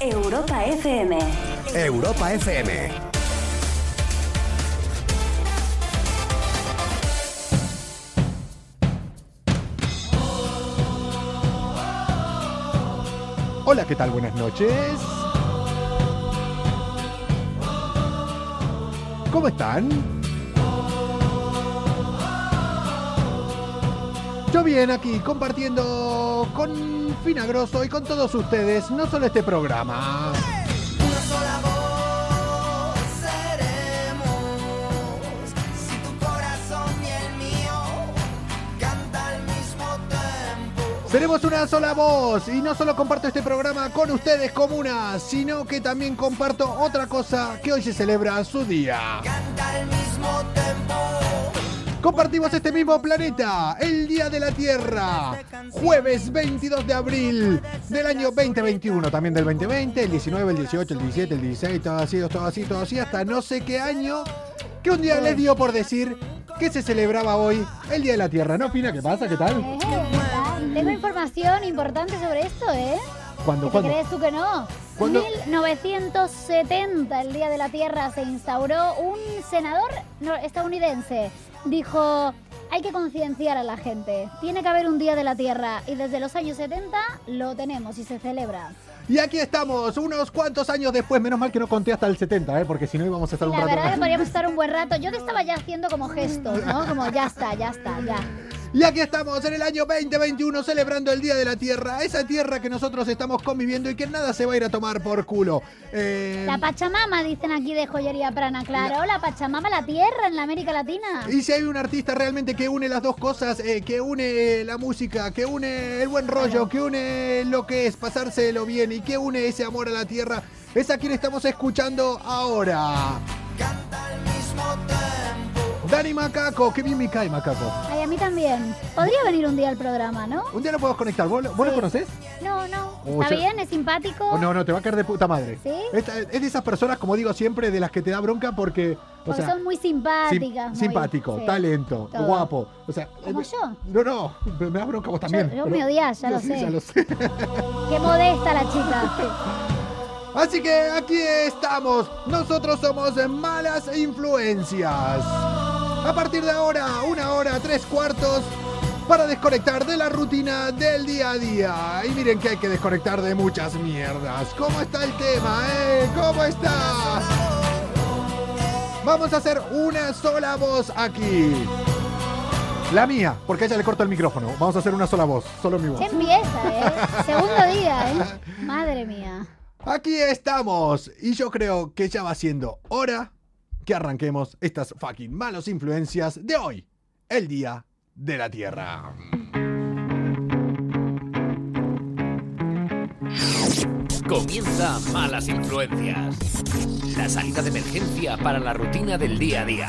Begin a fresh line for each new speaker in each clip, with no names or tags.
Europa FM.
Europa FM. Hola, ¿qué tal? Buenas noches. ¿Cómo están? Yo bien aquí compartiendo con Finagroso y con todos ustedes, no solo este programa.
Una sola voz seremos. Si tu corazón y el mío canta al mismo tiempo.
Seremos una sola voz y no solo comparto este programa con ustedes como una, sino que también comparto otra cosa que hoy se celebra su día.
Canta al mismo tiempo.
Compartimos este mismo planeta, el Día de la Tierra, jueves 22 de abril del año 2021, también del 2020, el 19, el 18, el 17, el 16, todo así, todo así, todo así, hasta no sé qué año, que un día les dio por decir que se celebraba hoy el Día de la Tierra. ¿No, Fina? ¿Qué pasa? ¿Qué tal?
Eh, Tengo información importante sobre esto, ¿eh?
¿Cuándo,
¿Que te
cuándo?
crees tú que no?
¿Cuándo?
1970, el Día de la Tierra, se instauró un senador no- estadounidense. Dijo, hay que concienciar a la gente. Tiene que haber un Día de la Tierra. Y desde los años 70 lo tenemos y se celebra.
Y aquí estamos, unos cuantos años después, menos mal que no conté hasta el 70, ¿eh? porque si no íbamos a estar un
La
rato
verdad que
más.
podríamos estar un buen rato. Yo te estaba ya haciendo como gestos, ¿no? Como ya está, ya está, ya.
Y aquí estamos en el año 2021 celebrando el Día de la Tierra, esa tierra que nosotros estamos conviviendo y que nada se va a ir a tomar por culo. Eh,
La Pachamama, dicen aquí de Joyería Prana, claro. La Pachamama, la tierra en la América Latina.
y si hay un artista realmente que une las dos cosas, eh, que une la música, que une el buen rollo, que une lo que es pasárselo bien y que une ese amor a la tierra, es a quien estamos escuchando ahora.
Canta al mismo tiempo.
Dani Macaco, qué bien me cae Macaco.
Ay, a mí también. Podría venir un día al programa, ¿no?
Un día lo podemos conectar, ¿vos, lo- vos lo
Sí.
conocés?
No, no.
Oh,
Está
ya-
bien, es simpático.
Oh, no, no, te va a caer de puta madre.
¿Sí?
Esta- Es, de esas personas, como digo siempre, de las que te da bronca porque. O
Porque
sea,
son muy
sim-
simpáticas. muy-
simpático,
sí.
talento,
Todo.
guapo. O sea,
¿Como
eh,
yo?
No, no, me, me das bronca vos también.
yo
pero-
me odiás, ya lo
sí,
sé.
ya lo sé.
Qué modesta la chica.
Así que aquí estamos. Nosotros somos malas influencias. A partir de ahora, una hora, tres cuartos. Para desconectar de la rutina del día a día. Y miren que hay que desconectar de muchas mierdas. ¿Cómo está el tema, eh? ¿Cómo está? Vamos a hacer una sola voz aquí. La mía, porque a ella le corto el micrófono. Vamos a hacer una sola voz, solo mi voz.
Se empieza, ¿eh? Segundo día, ¿eh? Madre mía.
Aquí estamos y yo creo que ya va siendo hora que arranquemos estas fucking malas influencias de hoy, el Día de la Tierra.
Comienza Malas Influencias. La salida de emergencia para la rutina del día a día.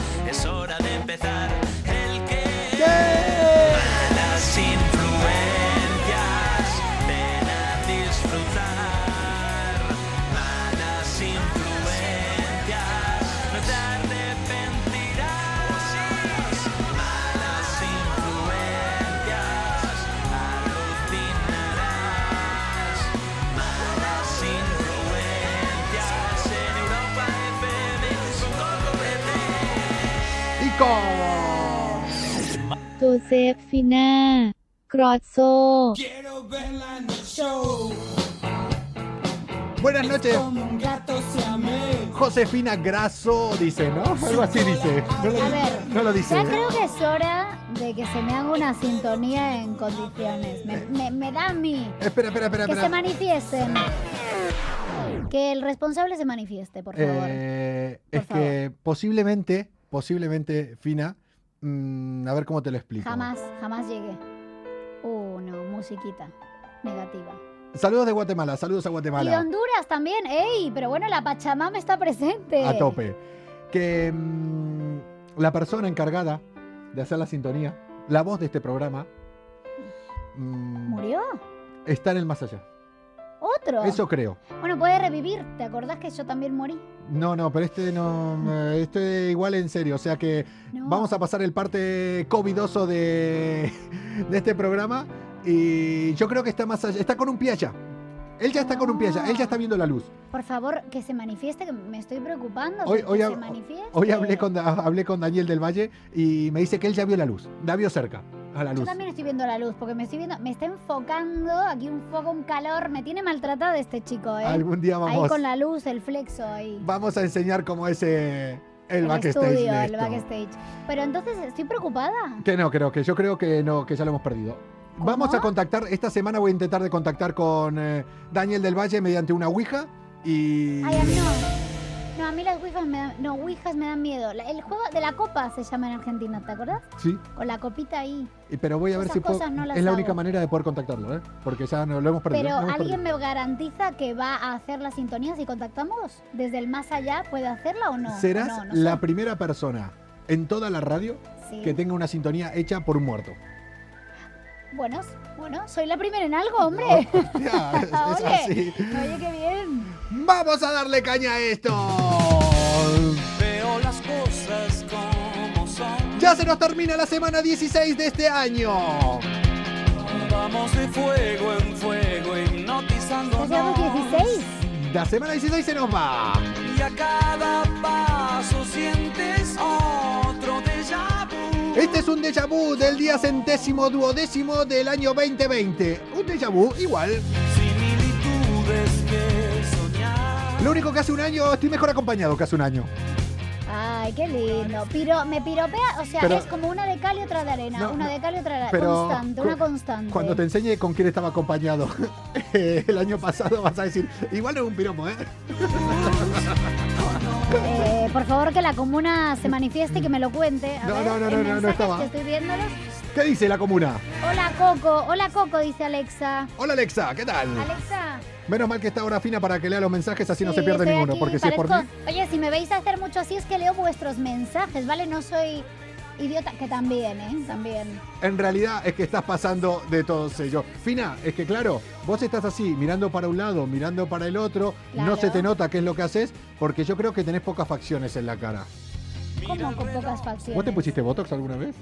Es hora de empezar el que. Las influencias, ven a disfrutar. Malas influencias, no te arrepentirás. Malas influencias, alucinarás. Malas influencias, en Europa FM, todo
Y con...
โจเซฟฟิน่ากรอตโซ
Quiero verla en el show.
Buenas noches,
Como un gato se amé.
Josefina Grasso, dice, ¿no? Algo así dice. No lo,
A ver,
no lo dice. ¿eh?
Ya creo que es hora de que se me haga una sintonía en condiciones. Me, me- me da a mí.
Espera, espera, espera,
Que se
espera.
manifiesten. Que el responsable se manifieste, por favor.
Eh,
Por
es que posiblemente, posiblemente, Fina, mm, a ver cómo te lo explico.
Jamás, jamás llegué. Uno, musiquita. Negativa.
Saludos de Guatemala, saludos a
Y
Guatemala.
de Honduras también, ¡ey! Pero bueno, la Pachamama está presente.
a tope. que mm, la persona encargada de hacer la sintonía, la voz de este programa, mm,
¿Murió? Ah.
está en el más allá.
¿Otro?
Eso creo.
Bueno, puede revivir. ¿Te acordás que yo también morí?
No, no, pero este no. eh, Este igual en serio. O sea que
Mm. No.
vamos a pasar el parte covidoso de, de este programa. Y yo creo que está más allá. Está con un pie allá. Él ya está con un pie allá. Él ya está viendo la luz.
Por favor, que se manifieste, que me estoy preocupando.
Hoy-
que
hoy
que
hab-
se manifieste.
Hoy hablé con, Da- hablé con Daniel del Valle y me dice que él ya vio la luz. La vio cerca, a la
Yo
luz.
también estoy viendo la luz, porque me estoy viendo, me está enfocando aquí un foco, un calor, me tiene maltratada este chico, ¿eh?
Algún día
ahí
vamos,
con la luz, el flexo ahí.
vamos a enseñar cómo es eh, el, backstage. de
estudio, el
esto.
backstage. Pero entonces estoy preocupada.
Que no, creo que yo creo que no, que ya lo hemos perdido. Vamos
¿Cómo?
a contactar, esta semana voy a intentar de contactar con eh, Daniel del Valle mediante una Ouija y...
Ay, a mí no. No, a mí las ouijas me dan, no, ouijas me dan miedo. La- el juego de la copa se llama en Argentina, ¿te acordás?
Sí,
Con la copita ahí.
y- pero voy a ver
Esas
si puedo...
cosas no las
es la
hago.
única manera de poder contactarlo, ¿eh? Porque ya no, lo hemos perdido.
Pero
lo hemos
¿alguien
perdido.
me garantiza que va a hacer las sintonías si contactamos? ¿Desde el más allá puede hacerla o no?
Serás
No, no sé.
la primera persona en toda la radio
Sí.
que tenga una sintonía hecha por un muerto.
Buenos, bueno, soy la primera en algo, hombre.
Hostia, es- es
Ole.
así.
Oye, qué bien.
Vamos a darle caña a esto.
Veo las cosas como son.
Ya se nos termina la semana 16 de este año.
Vamos de fuego en fuego, hipnotizando.
Ya llevamos 16.
La semana 16 se nos va.
Y a cada paso sientes otro déjà vu.
Este es un déjà vu del día centésimo duodécimo del año 2020. Un déjà vu igual.
Similitudes que soñar.
Lo único que hace un año estoy mejor acompañado que hace un año.
Ay, qué lindo. Piro, me piropea, o sea,
Pero-
es como una de cal y otra de arena.
No,
una
no,
de cal y otra de arena.
pero
Constante,
cu-
una constante.
Cuando te enseñe con quién estaba acompañado eh, el año pasado vas a decir, igual no es un piropo, ¿eh?
Eh, por favor, que la comuna se manifieste y que me lo cuente. A
No,
ver,
no, no,
en
no, no, no
mensajes
estaba.
que estoy viéndolos.
¿Qué dice la comuna?
Hola, Coco. Hola, Coco, dice Alexa.
Hola Alexa, ¿qué tal?
Alexa.
Menos mal que está ahora fina para que lea los mensajes, así Mm. no
Sí,
se pierde
estoy
ninguno.
aquí,
Porque si es por mí,
parezco- Oye, si me veis hacer mucho así es que leo vuestros mensajes, ¿vale? No soy idiota, que también, ¿eh? También.
en realidad es que estás pasando de todos ellos. Fina, es que claro, vos estás así, mirando para un lado, mirando para el otro, no
Claro.
se te nota qué es lo que haces, porque yo creo que tenés pocas facciones en la cara.
Como con pocas facciones.
¿Vos te pusiste Botox alguna vez?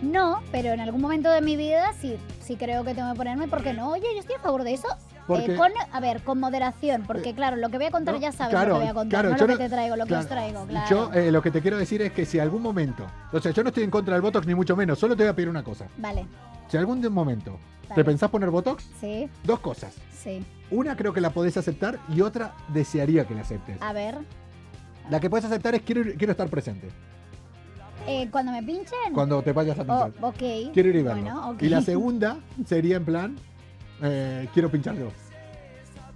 No, pero en algún momento de mi vida sí, sí creo que tengo que ponerme, porque no, oye, yo estoy a favor de eso.
Porque- Eh,
Eh, con, a ver, con moderación, porque claro, lo que voy a contar
No,
ya sabes
claro,
lo que voy a contar,
claro,
no
yo
lo que
no-
te traigo, lo
claro.
que os traigo, claro.
Yo eh, lo que te quiero decir es que si algún momento, o sea, yo no estoy en contra del Botox ni mucho menos, solo te voy a pedir una cosa.
Vale,
Si algún de- momento te
Dale.
pensás poner Botox,
sí,
dos cosas.
sí.
Una creo que la podés aceptar y otra desearía que la aceptes.
A ver,
La que puedes aceptar es quiero, ir- quiero estar presente
eh, cuando me pinchen.
cuando te vayas a
Oh,
pinchar.
ok.
Quiero ir y verlo.
Bueno, ok.
Y la segunda sería en plan, eh, quiero pinchar yo.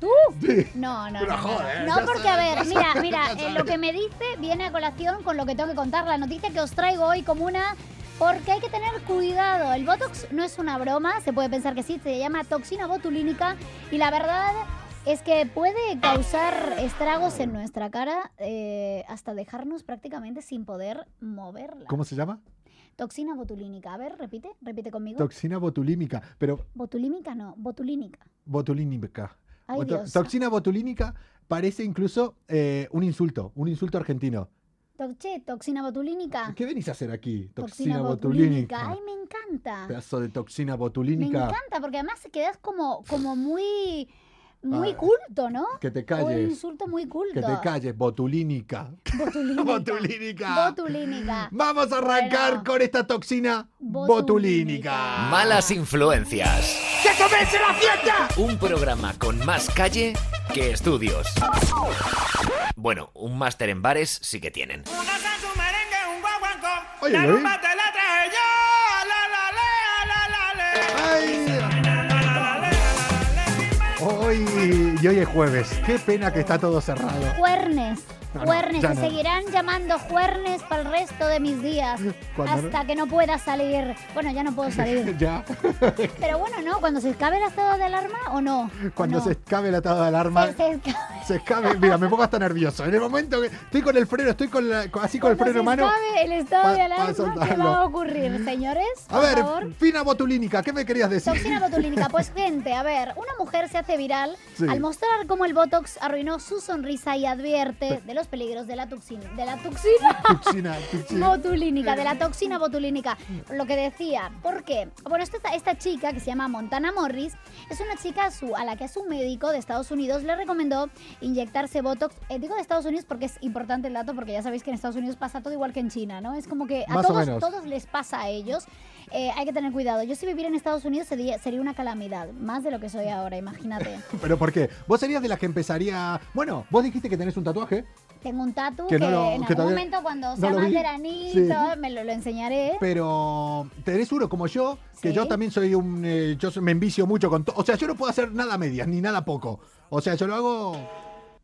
¿Tú? No, no, no.
joder,
no,
ya
porque a ver, mira, mira, eh, lo que me dice viene a colación con lo que tengo que contar, la noticia que os traigo hoy como una... Porque hay que tener cuidado, el Botox no es una broma, se puede pensar que sí, se llama toxina botulínica y la verdad es que puede causar estragos en nuestra cara eh, hasta dejarnos prácticamente sin poder moverla.
¿Cómo se llama?
Toxina botulínica, a ver, repite, repite conmigo.
Toxina botulímica. Pero
botulímica no, botulínica.
botulímica.
Ay,
Boto-
Dios.
Toxina botulínica parece incluso eh, un insulto, un insulto argentino.
Toc- che, toxina botulínica.
¿Qué venís a hacer aquí?
Ah. Toxina
Toxina
botulínica.
botulínica.
Ay, me encanta.
Pedazo de toxina
Me
botulínica.
encanta, porque además quedas como, como muy, muy
Ah,
culto, ¿no?
Que te
Un
calles.
insulto muy culto.
Que te calles, botulínica.
Botulínica.
Botulínica.
Botulínica.
Vamos a arrancar
Bueno.
con esta toxina botulínica.
Malas influencias.
¡Que comience la fiesta!
Un programa con más calle que estudios. Bueno, un máster en bares sí que tienen.
Una salsa, un merengue, un guaguancó.
Oye,
La
¿lo vi?
rumba te la traje yo. La, la, le, la, la, le.
Ay. Hoy, y hoy es jueves. Qué pena que está todo cerrado.
Juernes.
Ah, No, no,
Juernes.
ya
Me
no.
seguirán llamando juernes para el resto de mis días.
Cuando-
Hasta que no pueda salir. Bueno, ya no puedo salir.
Ya,
Pero bueno, no, cuando se escabe el estado de alarma o no. ¿O
cuando
no?
se escabe el atado de alarma,
Se- se escabe.
Se escabe. Mira, me pongo hasta nervioso. En el momento que estoy con el freno, estoy con la- con- así con el
Cuando
freno
se
en
eh,
mano.
acabe Pues el estado
pa-
de
pa
alarma, ¿qué
soltarlo.
va a ocurrir, señores?
A
Por favor.
ver, fina botulínica, ¿qué me querías decir?
Toxina botulínica. Pues gente, a ver, una mujer se hace viral
Sí.
al mostrar cómo el Botox arruinó su sonrisa y advierte de los peligros de la toxina. De la toxina.
Tuxina, tuxina.
Botulínica, de
Mm.
la toxina botulínica. Lo que decía, ¿por qué? Bueno, esta, esta chica que se llama Montana Morris es una chica a, su- a la que a su médico de Estados Unidos le recomendó inyectarse Botox. Eh, digo de Estados Unidos porque es importante el dato, porque ya sabéis que en Estados Unidos pasa todo igual que en China, ¿no? Es como que a
Más o
todos,
menos.
todos les pasa a ellos. Eh, hay que tener cuidado. Yo si viviera en Estados Unidos sería, sería una calamidad, más de lo que soy ahora, imagínate.
¿Pero por qué? ¿Vos serías de las que empezaría.? Bueno, vos dijiste que tenés un tatuaje,
Tengo un tatu
Que
que,
no lo-
en
que
algún
todavía
momento cuando
no
sea
lo
más
vi.
veranito
Sí.
me lo, lo enseñaré. ¿eh?
pero tenés uno como yo, que
Sí.
yo también soy un. eh, yo soy- me envicio mucho con todo. O sea, yo no puedo hacer nada a medias ni nada poco. O sea, yo lo hago.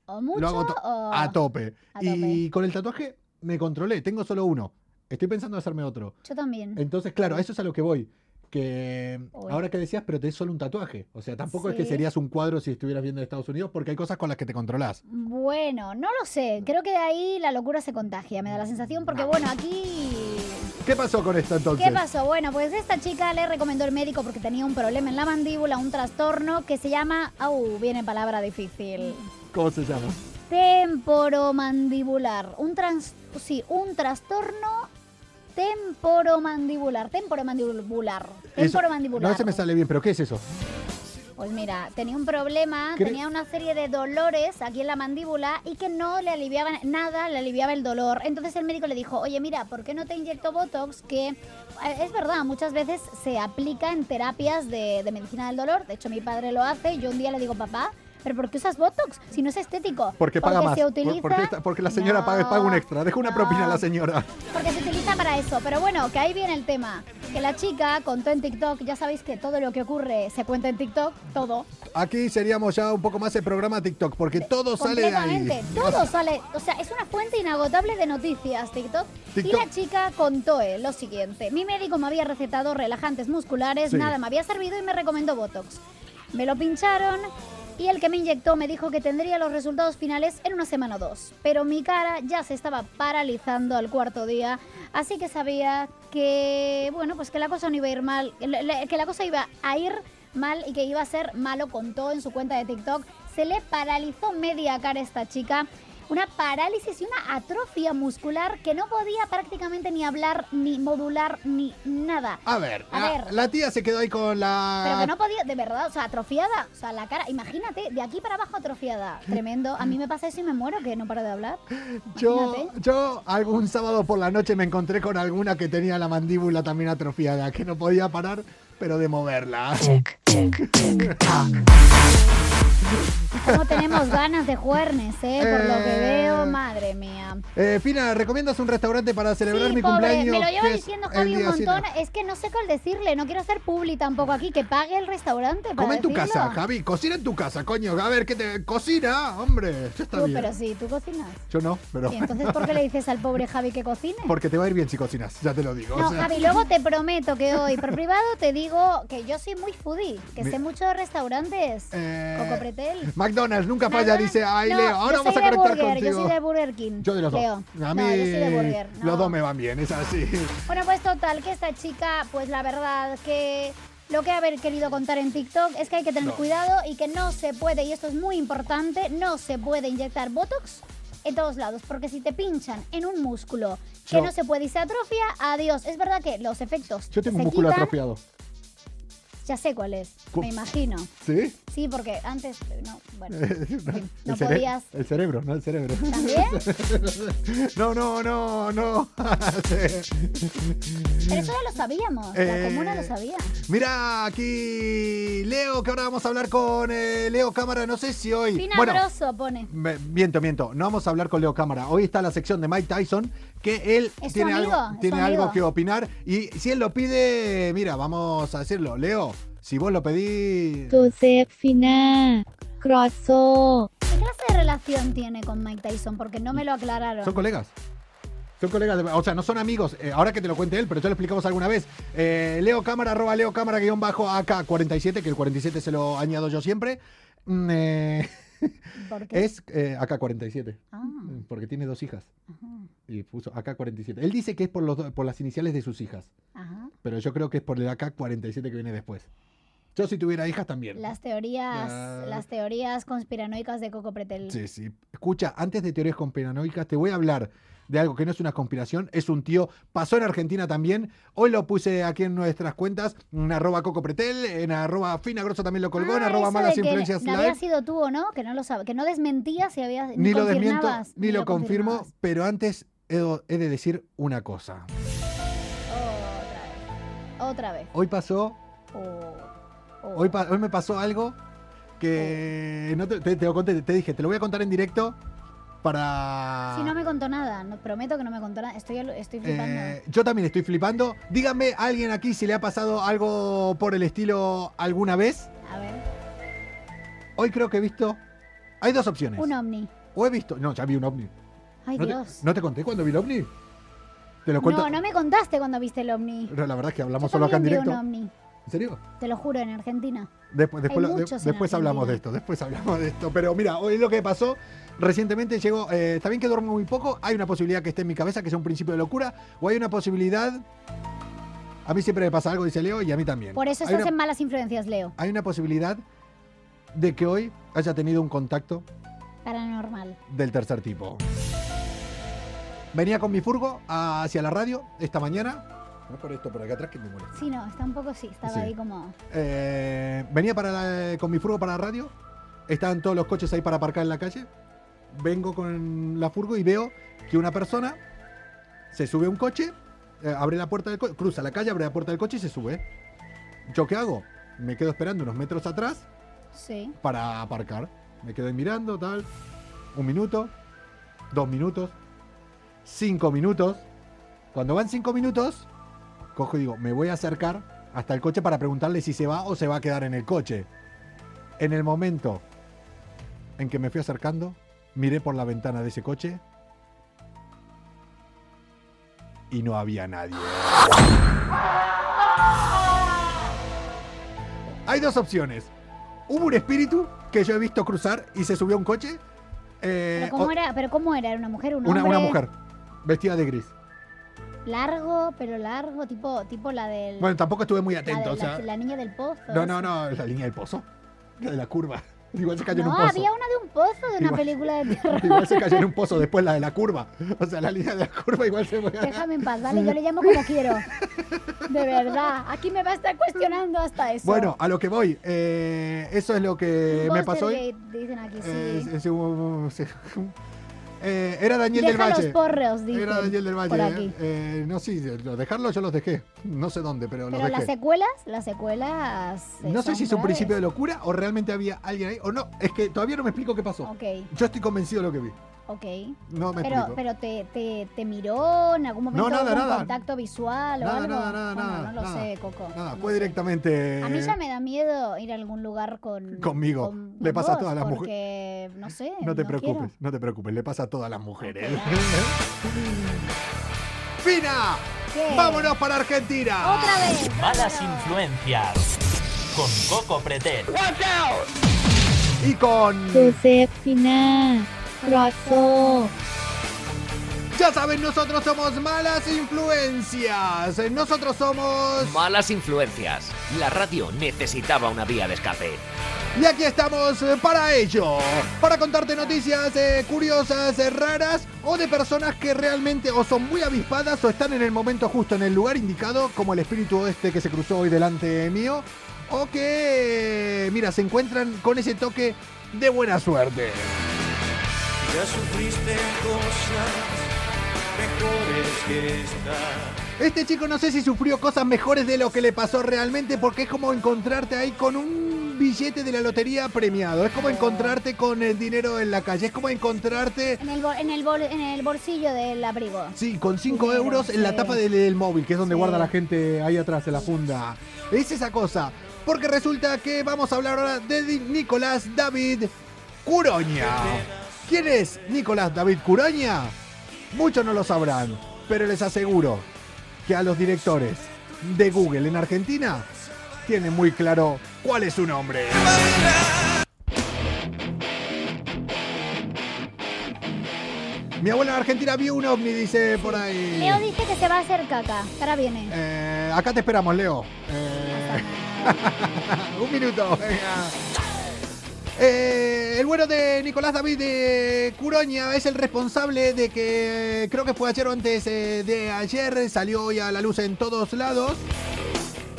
O mucho
lo hago to-
o...
a tope.
Ah, a
Y con el tatuaje me controlé, tengo solo uno. Estoy pensando en hacerme otro.
Yo también.
Entonces, claro, a eso es a lo que voy. Que
Uy.
ahora que decías, pero tenés solo un tatuaje. O sea, tampoco es que
Sí.
serías un cuadro si estuvieras viendo en Estados Unidos, porque hay cosas con las que te controlás.
Bueno, no lo sé. Creo que de ahí la locura se contagia, me da la sensación, porque bueno, aquí...
¿Qué pasó con esto entonces?
¿Qué pasó? Bueno, pues esta chica le recomendó el médico porque tenía un problema en la mandíbula, un trastorno que se llama... ¡Au! Viene palabra difícil.
¿Cómo se llama?
Temporomandibular. Un trans... Sí, un trastorno temporomandibular. Temporomandibular.
Eso-
Temporomandibular.
no se me sale bien, pero ¿qué es eso?
Pues mira, tenía un problema,
Cre-
tenía una serie de dolores aquí en la mandíbula y que no le aliviaban nada, le aliviaba el dolor. Entonces el médico le dijo, oye mira, ¿por qué no te inyecto Botox? Que eh, es verdad, muchas veces se aplica en terapias de, de medicina del dolor. De hecho mi padre lo hace, yo un día le digo, papá, ¿pero por qué usas Botox si no es estético?
Porque paga más.
se
Por-
utiliza...
porque, esta- porque la señora
No, Ah.
paga, paga un extra. Deja una propina a la
no.
señora.
Porque se utiliza para eso. Pero bueno, que ahí viene el tema. Que la chica contó en TikTok, ya sabéis que todo lo que ocurre se cuenta en TikTok, todo.
Aquí seríamos ya un poco más el programa TikTok, porque todo sale de ahí.
Completamente, todo sale. O sea, es una fuente inagotable de noticias, TikTok.
TikTok.
Y la chica contó eh, lo siguiente. Mi médico me había recetado relajantes musculares,
Sí.
nada me había servido y me recomendó Botox. Me lo pincharon y el que me inyectó me dijo que tendría los resultados finales en una semana o dos. Pero mi cara ya se estaba paralizando al cuarto día, así que sabía que, bueno, pues que la cosa no iba a ir mal, le- le- que la cosa iba a ir mal y que iba a ser malo, contó en su cuenta de TikTok. Se le paralizó media cara a esta chica. Una parálisis y una atrofia muscular que no podía prácticamente ni hablar, ni modular, ni nada.
A ver,
A
la,
ver.
la tía se quedó ahí con la.
Pero que no podía, de verdad, o sea, atrofiada. O sea, la cara, imagínate, de aquí para abajo atrofiada. Tremendo. A mí me pasa eso y me muero, que no paro de hablar.
Yo,
Imagínate.
yo algún sábado por la noche me encontré con alguna que tenía la mandíbula también atrofiada, que no podía parar, pero de moverla.
Como tenemos ganas de juernes, ¿eh? Por lo que
Eh.
veo, madre mía.
Eh, Fina, ¿recomiendas un restaurante para celebrar
Sí,
mi
pobre,
cumpleaños?
me lo lleva
que es
diciendo
el
Javi un
día siete?
montón. Es que no sé cuál decirle, no quiero hacer publi tampoco aquí, que pague el restaurante. Para
Come en tu
decirlo.
casa, Javi, cocina en tu casa, coño. A ver, ¿qué te cocina? Hombre, ya está
Tú,
bien.
pero sí, tú cocinas.
Yo no, pero
¿Y entonces por qué le dices al pobre Javi que cocine?
porque te va a ir bien si cocinas, ya te lo digo. o
No,
sea.
Javi, luego te prometo que hoy por privado te digo que yo soy muy foodie, que
Mi-
sé mucho de restaurantes.
Eh,
Coco Pretel.
McDonald's nunca falla, dice, ay,
No,
Leo, ahora
yo
vamos
soy
a
de
conectar
burger,
contigo.
Yo soy de Burger King.
Yo de los
Leo.
dos. A mí
No, yo soy de Burger. no.
los dos me van bien, es así.
Bueno, pues total, que esta chica, pues la verdad que lo que haber querido contar en TikTok es que hay que tener
No.
cuidado y que no se puede, y esto es muy importante, no se puede inyectar Botox en todos lados, porque si te pinchan en un músculo que
Yo-
no se puede y se atrofia, adiós. Es verdad que los efectos
Yo tengo
se
un músculo
quitan,
atrofiado.
ya sé cuál es,
Cu-
me imagino.
¿Sí?
Sí, porque antes, no, bueno,
El
no
cere-
podías.
El cerebro, no el cerebro.
¿También?
No, no, no, no.
Pero eso ya lo sabíamos,
Eh,
la comuna lo sabía.
Mira aquí, Leo, que ahora vamos a hablar con eh, Leo Cámara. No sé si hoy.
Pinabroso pone.
me- miento, miento. No vamos a hablar con Leo Cámara. Hoy está la sección de Mike Tyson, que él
Es su
tiene,
amigo,
algo,
es su
tiene algo
amigo.
que opinar. Y si él lo pide, mira, vamos a decirlo. Leo, si vos lo pedís.
ตัวเซฟฟิน่ากรอสโซ
¿Qué clase de relación tiene con Mike Tyson? Porque no me lo aclararon.
Son colegas. Son colegas, de- o sea, no son amigos. Eh, ahora que te lo cuente él, pero ya lo explicamos alguna vez. Eh, Leo Cámara, arroba Leo Cámara, guión bajo AK47, que el 47 se lo añado yo siempre. Mm, eh,
¿Por qué?
Es eh, AK-47,
Ah,
porque tiene dos hijas.
ajá,
Y puso AK-47. Él dice que es por, los, do- por las iniciales de sus hijas,
ajá.
pero yo creo que es por el AK-47 que viene después. Yo si tuviera hijas también.
Las teorías,
Ya.
las teorías conspiranoicas de Coco Pretel.
Sí, sí. Escucha, antes de teorías conspiranoicas, te voy a hablar de algo que no es una conspiración, es un tío. Pasó en Argentina también. Hoy lo puse aquí en nuestras cuentas, en arroba cocopretel, en arroba finagroso también lo colgó, en
Ah,
arroba
eso
malas
de que
influencias
no
live.
había sido tú o no, que no lo sabes, que no desmentías si habías
Ni lo desmiento,
confirmabas,
ni lo confirmo,
confirmabas.
pero antes he do- he de decir una cosa.
Otra vez.
Hoy pasó
Oh, oh.
Hoy, pa- hoy me pasó algo que no te, te- te lo conté, te dije, te lo voy a contar en directo para...
Sí, no me contó nada. no- prometo que no me contó nada. Estoy, estoy flipando.
ah. Eh, yo también estoy flipando. Dígame a alguien aquí si le ha pasado algo por el estilo alguna vez.
A ver.
Hoy creo que he visto... Hay dos opciones.
Un ovni.
O he visto... No, ya vi un ovni.
Ay,
¿No, te,
Dios.
no te conté cuando vi el ovni? Te lo cuento...
no, no me contaste cuando viste el ovni.
No, La verdad es que
Yo
hablamos solo acá en
también vi
directo.
un ovni,
¿En serio?
te lo juro, en Argentina.
Después, después,
Hay
lo- de-
muchos en
después hablamos de
Argentina.
esto, después hablamos de esto. Pero mira, hoy lo que pasó, recientemente llegó, eh, está bien que duermo muy poco, hay una posibilidad que esté en mi cabeza, que sea un principio de locura, o hay una posibilidad... A mí siempre me pasa algo, dice Leo, y a mí también.
Por eso
hay,
estás
una,
en malas influencias, Leo.
hay una posibilidad de que hoy haya tenido un contacto
Paranormal.
del tercer tipo. Venía con mi furgo hacia la radio esta mañana. No por esto, por acá atrás que me molesta.
Sí, no, está un poco sí, estaba
Sí.
ahí como.
Eh, venía para la- con mi furgo para la radio. Estaban todos los coches ahí para aparcar en la calle. Vengo con la furgo y veo que una persona se sube a un coche, eh, abre la puerta del coche, cruza la calle, abre la puerta del coche y se sube. ¿Yo qué hago? Me quedo esperando unos metros atrás
Sí.
para aparcar. Me quedé mirando, tal. Un minuto, dos minutos, cinco minutos. Cuando van cinco minutos, cojo y digo, me voy a acercar hasta el coche para preguntarle si se va o se va a quedar en el coche. En el momento en que me fui acercando, miré por la ventana de ese coche y no había nadie. Hay dos opciones. Hubo un espíritu que yo he visto cruzar y se subió a un coche. eh,
Pero ¿cómo
o-
era? ¿Pero cómo era? ¿Era una mujer? ¿Un
una,
hombre?
una mujer vestida de gris.
Largo, pero largo, tipo, tipo la del.
Bueno, tampoco estuve muy
la, de-
atento, o
la-
sea.
la niña del pozo.
No, no, no, la línea del pozo. La de la curva. Igual se cayó
no,
en un pozo.
había una de un pozo de una
Igual-
película de terror.
Igual se cayó en un pozo después la de la curva. O sea, la línea de la curva igual se fue.
Déjame en paz, ¿vale? Yo le llamo como quiero. De verdad. Aquí me va a estar cuestionando hasta eso.
Bueno, a lo que voy. eh, eso es lo que me pasó hoy.
Poltergeist, Dicen aquí, sí.
Eh, es- es un- es un- eh, era Daniel
Deja
del Valle.
los porros, dicen.
Era Daniel del Valle.
Por
eh.
aquí.
Eh, no, sí, lo- dejarlo yo los dejé. No sé dónde, pero, los
Pero
dejé.
las secuelas, las secuelas. eh,
No sé
son
si es un
graves.
principio de locura o realmente había alguien ahí o no. Es que todavía no me explico qué pasó.
Ok,
Yo estoy convencido de lo que vi.
ok.
No me
Pero,
explico.
pero te, te, te miró en algún momento
nada,
hubo un
nada.
contacto visual o
Nada,
algo.
nada, nada,
Bueno,
nada,
no lo
nada.
sé, Coco.
Nada,
no
fue
sé.
directamente.
A mí ya me da miedo ir a algún lugar con.
Conmigo.
con-
Le
con
pasa a
vos,
todas las mujeres.
Porque, no sé.
No te
quiero.
preocupes, no te preocupes, le pasa a todas las mujeres. ¡Fina!
¿Qué?
¡Vámonos para Argentina!
¡Otra vez!
Malas
vámonos.
influencias con Coco Pretel.
Y con.
โจเซฟฟิน่ากรอสโซ
Ya saben, nosotros somos malas influencias. Nosotros somos.
Malas influencias. La radio necesitaba una vía de escape.
Y aquí estamos eh, para ello, para contarte noticias eh, curiosas, eh, raras o de personas que realmente o son muy avispadas o están en el momento justo, en el lugar indicado, como el espíritu este que se cruzó hoy delante mío, o que, eh, mira, se encuentran con ese toque de buena suerte.
Ya sufriste cosas mejores que esta.
Este chico no sé si sufrió cosas mejores de lo que le pasó realmente porque es como encontrarte ahí con un billete de la lotería premiado, es como encontrarte con el dinero en la calle, es como encontrarte...
En el, bol- en, el bol- en el bolsillo del abrigo.
Sí, con 5
Dinero,
euros en la
sí.
tapa del, del móvil, que es donde
Sí.
guarda la gente ahí atrás en la funda. Es esa cosa. Porque resulta que vamos a hablar ahora de Di- Nicolás David Curoña. ¿Quién es Nicolás David Curoña? Muchos no lo sabrán, pero les aseguro que a los directores de Google en Argentina tienen muy claro cuál es su nombre. Mi abuela en Argentina vio un ovni, dice por ahí.
Leo dice que se va a hacer caca. Ahora viene.
Eh, acá te esperamos, Leo. Eh, un minuto. venga. Eh, el bueno de Nicolás David de Curoña es el responsable de que, creo que fue ayer o antes eh, de ayer, salió hoy a la luz en todos lados.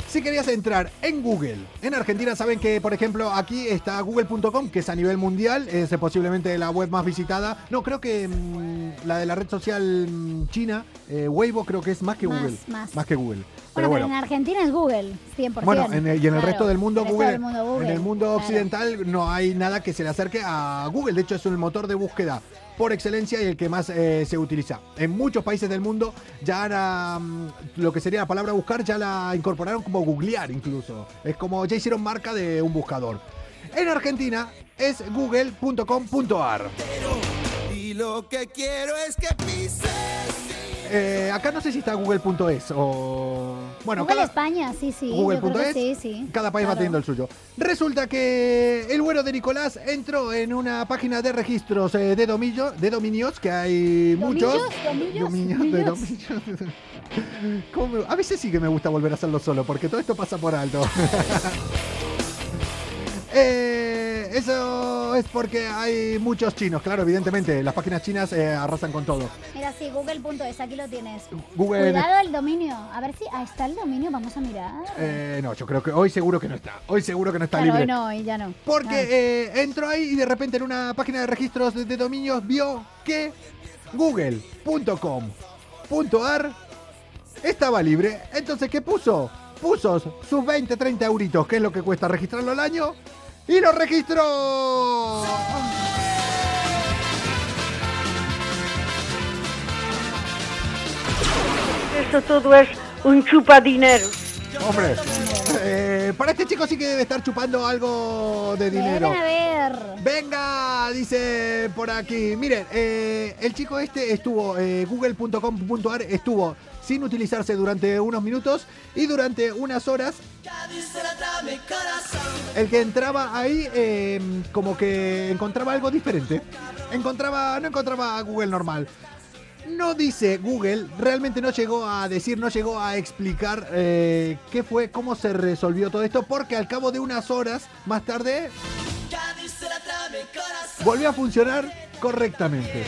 Si querías entrar en Google, en Argentina saben que, por ejemplo, aquí está google.com, que es a nivel mundial, es eh, posiblemente la web más visitada. No, creo que mm, la de la red social mm, china, eh, Weibo, creo que es más que
Más,
Google.
más.
que Google.
Bueno, pero en Argentina es Google, 100%.
Bueno, en el- y en el
Claro,
resto del mundo,
en el
Google,
resto del mundo Google,
en el mundo
claro.
occidental no hay nada que se le acerque a Google. De hecho, es un motor de búsqueda por excelencia y el que más eh, se utiliza. En muchos países del mundo ya la, mm, lo que sería la palabra buscar ya la incorporaron como googlear incluso. Es como ya hicieron marca de un buscador. En Argentina es google.com.ar.
Y lo que quiero es que pises.
Eh, acá no sé si está google.es o... Bueno,
Google
cada-
España, sí, sí. yo creo que
Google.es.
Sí, sí.
Cada país va
Claro.
teniendo el suyo. Resulta que el bueno de Nicolás entró en una página de registros eh, de, domillo, de dominios, que hay muchos.
¿Domillos?
Dominios,
¿Domillos?
de
¿Domillos?
dominios. ¿Cómo me- A veces sí que me gusta volver a hacerlo solo, porque todo esto pasa por alto. Eh, eso es porque hay muchos chinos, claro, evidentemente. Las páginas chinas eh, arrasan con todo.
Mira, sí, google.es, aquí lo tienes.
Google-
Cuidado el dominio. A ver si... Ah, está el dominio, vamos a mirar.
Eh, no, yo creo que hoy seguro que no está. Hoy seguro que no está
claro,
libre.
hoy no, hoy ya no.
Porque
Ah.
eh, entró ahí y de repente en una página de registros de, de dominios vio que google.com.ar estaba libre. Entonces, ¿qué puso? Puso sus 20, 30 euritos, que es lo que cuesta registrarlo al año, y lo registró.
Esto todo es un chupadinero.
Hombre, eh, para este chico sí que debe estar chupando algo de dinero.
Ven a ver.
Venga, dice por aquí. Miren, eh, el chico este estuvo, eh, google.com.ar estuvo sin utilizarse durante unos minutos y durante unas horas. El que entraba ahí eh, como que encontraba algo diferente. Encontraba, no encontraba a Google normal. No dice Google, realmente no llegó a decir, no llegó a explicar eh, qué fue, cómo se resolvió todo esto, porque al cabo de unas horas más tarde volvió a funcionar correctamente.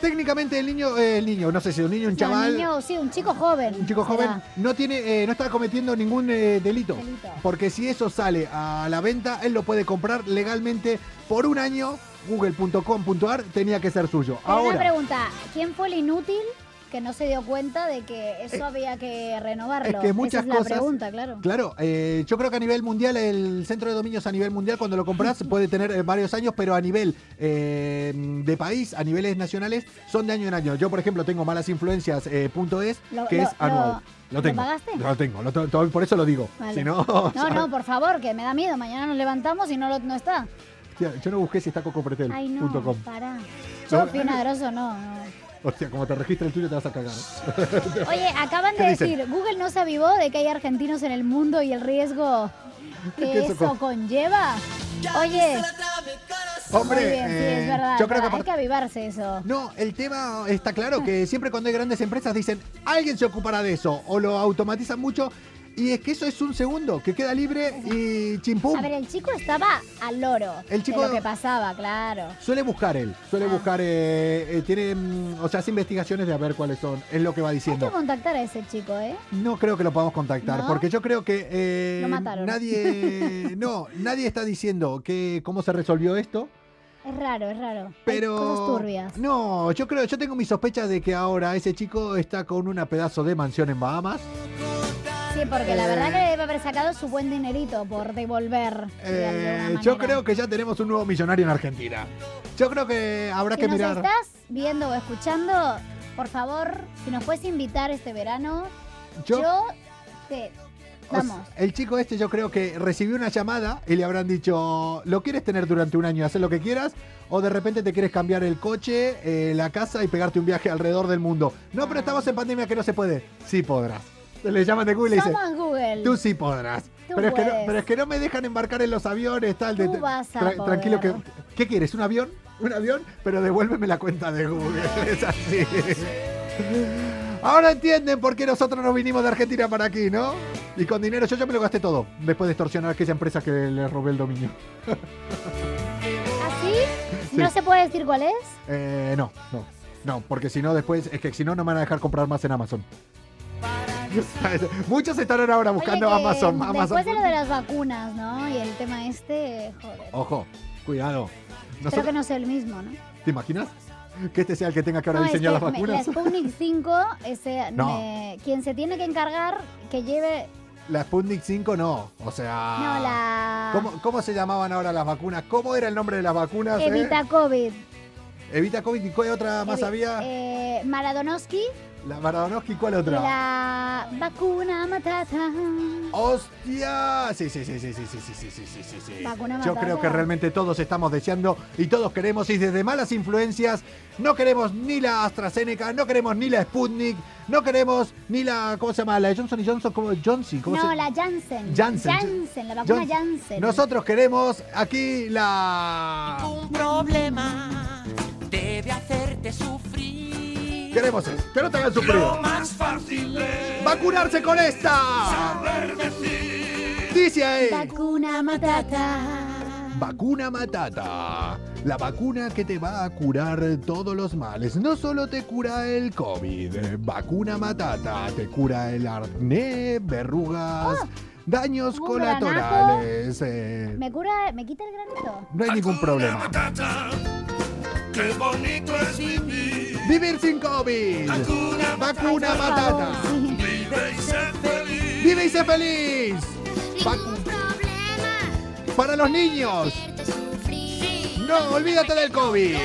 Técnicamente el niño, eh, el niño, no sé si un niño, un chaval,
Un niño, sí, un chico joven.
un chico joven,
Era.
no tiene, eh, no está cometiendo ningún eh, delito,
Delito.
porque si eso sale a la venta, él lo puede comprar legalmente por un año. Google.com.ar tenía que ser suyo.
Pero una
Ahora.
pregunta, ¿quién fue el inútil que no se dio cuenta de que eso había que renovarlo?
Eh, Es que muchas
Esa es la
cosas.
pregunta, claro.
Claro, eh, yo creo que a nivel mundial, el centro de dominios a nivel mundial, cuando lo compras, puede tener eh, varios años, pero a nivel eh, de país, a niveles nacionales, son de año en año. Yo, por ejemplo, tengo malasinfluencias.es,
Lo-
que
lo-
es anual.
lo-
Lo, tengo.
¿lo pagaste?
Lo tengo, lo to- to- por eso lo digo.
Vale.
Si no, o
No,
sea,
no, por favor, que me da miedo. Mañana nos levantamos y no, lo, no está.
hostia, yo no busqué si está
Ay, no,
cocopretel.com.
pará.
No,
Yo, Pinagroso, no, no.
Hostia, como te registra el tuyo, te vas a cagar.
Oye, acaban de
¿Qué dicen?
decir, Google no se avivó de que hay argentinos en el mundo y el riesgo
Que
que
eso
eso
con-
conlleva. Oye,
Hombre,
muy bien, sí,
eh,
es verdad.
yo creo
es
que
verdad, hay
aparte-
que avivarse eso.
No, el tema está claro que siempre cuando hay grandes empresas dicen alguien se ocupará de eso o lo automatizan mucho y es que eso es un segundo que queda libre y chimpum.
A ver, el chico estaba al loro
El chico-
de lo que pasaba, claro.
Suele buscar él, suele
Ah.
buscar, eh, eh, tiene, mm, o sea, hace investigaciones de a ver cuáles son, es lo que va
Hay que
diciendo.
contactar a ese chico, ¿eh?
No creo que lo podamos contactar,
¿No?
porque yo creo que eh,
Lo mataron.
nadie, no, nadie está diciendo que cómo se resolvió esto.
Es raro, es raro. Hay
Pero.
cosas turbias.
No, yo creo, yo tengo mis sospechas de que ahora ese chico está con una pedazo de mansión en Bahamas.
Sí, porque la
Eh,
verdad que debe haber sacado su buen dinerito por devolver. de alguna
Eh,
manera.
yo creo que ya tenemos un nuevo millonario en Argentina. Yo creo que habrá
Si
que
nos
mirar.
estás viendo o escuchando, por favor, si nos puedes invitar este verano, yo, te.
o s-
Vamos.
el chico este yo creo que recibió una llamada y le habrán dicho, ¿lo quieres tener durante un año, hacer lo que quieras? O de repente te quieres cambiar el coche, eh, la casa y pegarte un viaje alrededor del mundo. No, pero estamos en pandemia que no se puede. Sí podrás. Le llaman de Google y le dicen,
Somos Google.
Tú sí podrás.
Tú
pero, es que no,
puedes.
pero es que no me dejan embarcar en los aviones, tal.
Tú vas a
Tranquilo, que,
poder.
¿qué quieres? ¿Un avión? un avión, pero devuélveme la cuenta de Google. Es así. Ahora entienden por qué nosotros nos vinimos de Argentina para aquí, ¿no? Y con dinero yo ya me lo gasté todo, después de extorsionar a aquella empresa que le robé el dominio.
¿Así? ¿No se puede decir cuál es?
Eh, no, no, no, porque si no después, es que si no no me van a dejar comprar más en Amazon. Muchos estarán ahora buscando
Oye, que
Amazon, Amazon.
Después de lo de las vacunas, ¿no? Y el tema este, joder.
Ojo, cuidado.
Espero
Nosotros-
que no sea el mismo, ¿no?
¿Te imaginas? Que este sea el que tenga que ahora
no, es
diseñar
que
las
me-
vacunas.
La Sputnik 5, ese,
No.
me- quien se tiene que encargar que lleve.
La Sputnik 5 no, o sea...
No,
Ah.
la.
¿Cómo, cómo se llamaban ahora las vacunas? ¿Cómo era el nombre de las vacunas? eh?
Evita COVID.
Evita COVID y cuál otra más
Evi-
había.
eh, Maradonovsky
La Maradonovsky, ¿cuál
y
otra?
la vacuna matata.
¡Hostia! Sí, sí, sí, sí, sí, sí, sí, sí, sí, sí, sí, sí.
Vacuna
Yo
matata.
creo que realmente todos estamos deseando y todos queremos, y desde malas influencias, no queremos ni la AstraZeneca, no queremos ni la Sputnik, no queremos ni la, ¿cómo se llama? La Johnson Johnson, ¿cómo? Johnson, ¿cómo
No,
se
la Janssen.
Janssen.
la vacuna
Johnson.
Janssen.
Nosotros queremos aquí la...
Un problema debe hacerte sufrir.
Queremos eso, que no te hagan sufrir.
más fácil es
¡Vacunarse con esta!
saber decir.
Dice ahí.
Vacuna matata.
Vacuna Matata. La vacuna que te va a curar todos los males. No solo te cura el COVID. Vacuna Matata te cura el acné, verrugas, daños
Ah, Un
colaterales. eh,
Me cura, me quita el granito.
no hay ningún problema.
Qué bonito es vivir.
Vivir sin COVID. Vacuna,
Ay, por
Matata.
favor, sí.
Vive y sé feliz.
Vive y sé feliz. Vacu- Para los niños. No, olvídate del COVID.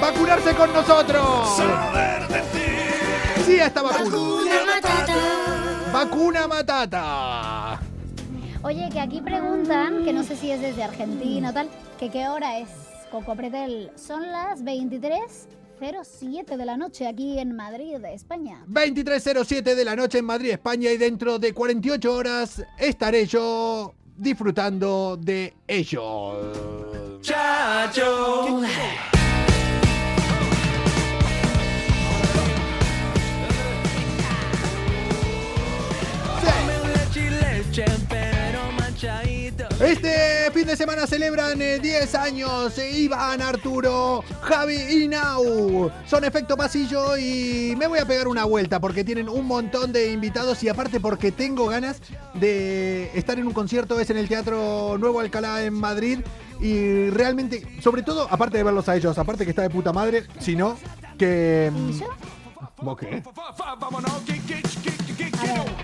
Vacunarse con nosotros.
Saber decir.
Sí, a esta vacuna. Vacuna matata.
Oye, que aquí preguntan, que no sé si es desde Argentina o tal, que qué hora es Coco Pretel. Son las 23.07 de la noche aquí en Madrid, España.
23.07 de la noche en Madrid, España y dentro de 48 horas estaré yo disfrutando de ello.
Chacho.
Este fin de semana celebran eh, 10 años eh, Iván, Arturo, Javi y Nau. Son efecto pasillo y me voy a pegar una vuelta porque tienen un montón de invitados y aparte porque tengo ganas de estar en un concierto, es en el Teatro Nuevo Alcalá en Madrid y realmente, sobre todo, aparte de verlos a ellos, aparte que está de puta madre, sino que... mm,
¿Y yo?
¿Vos qué?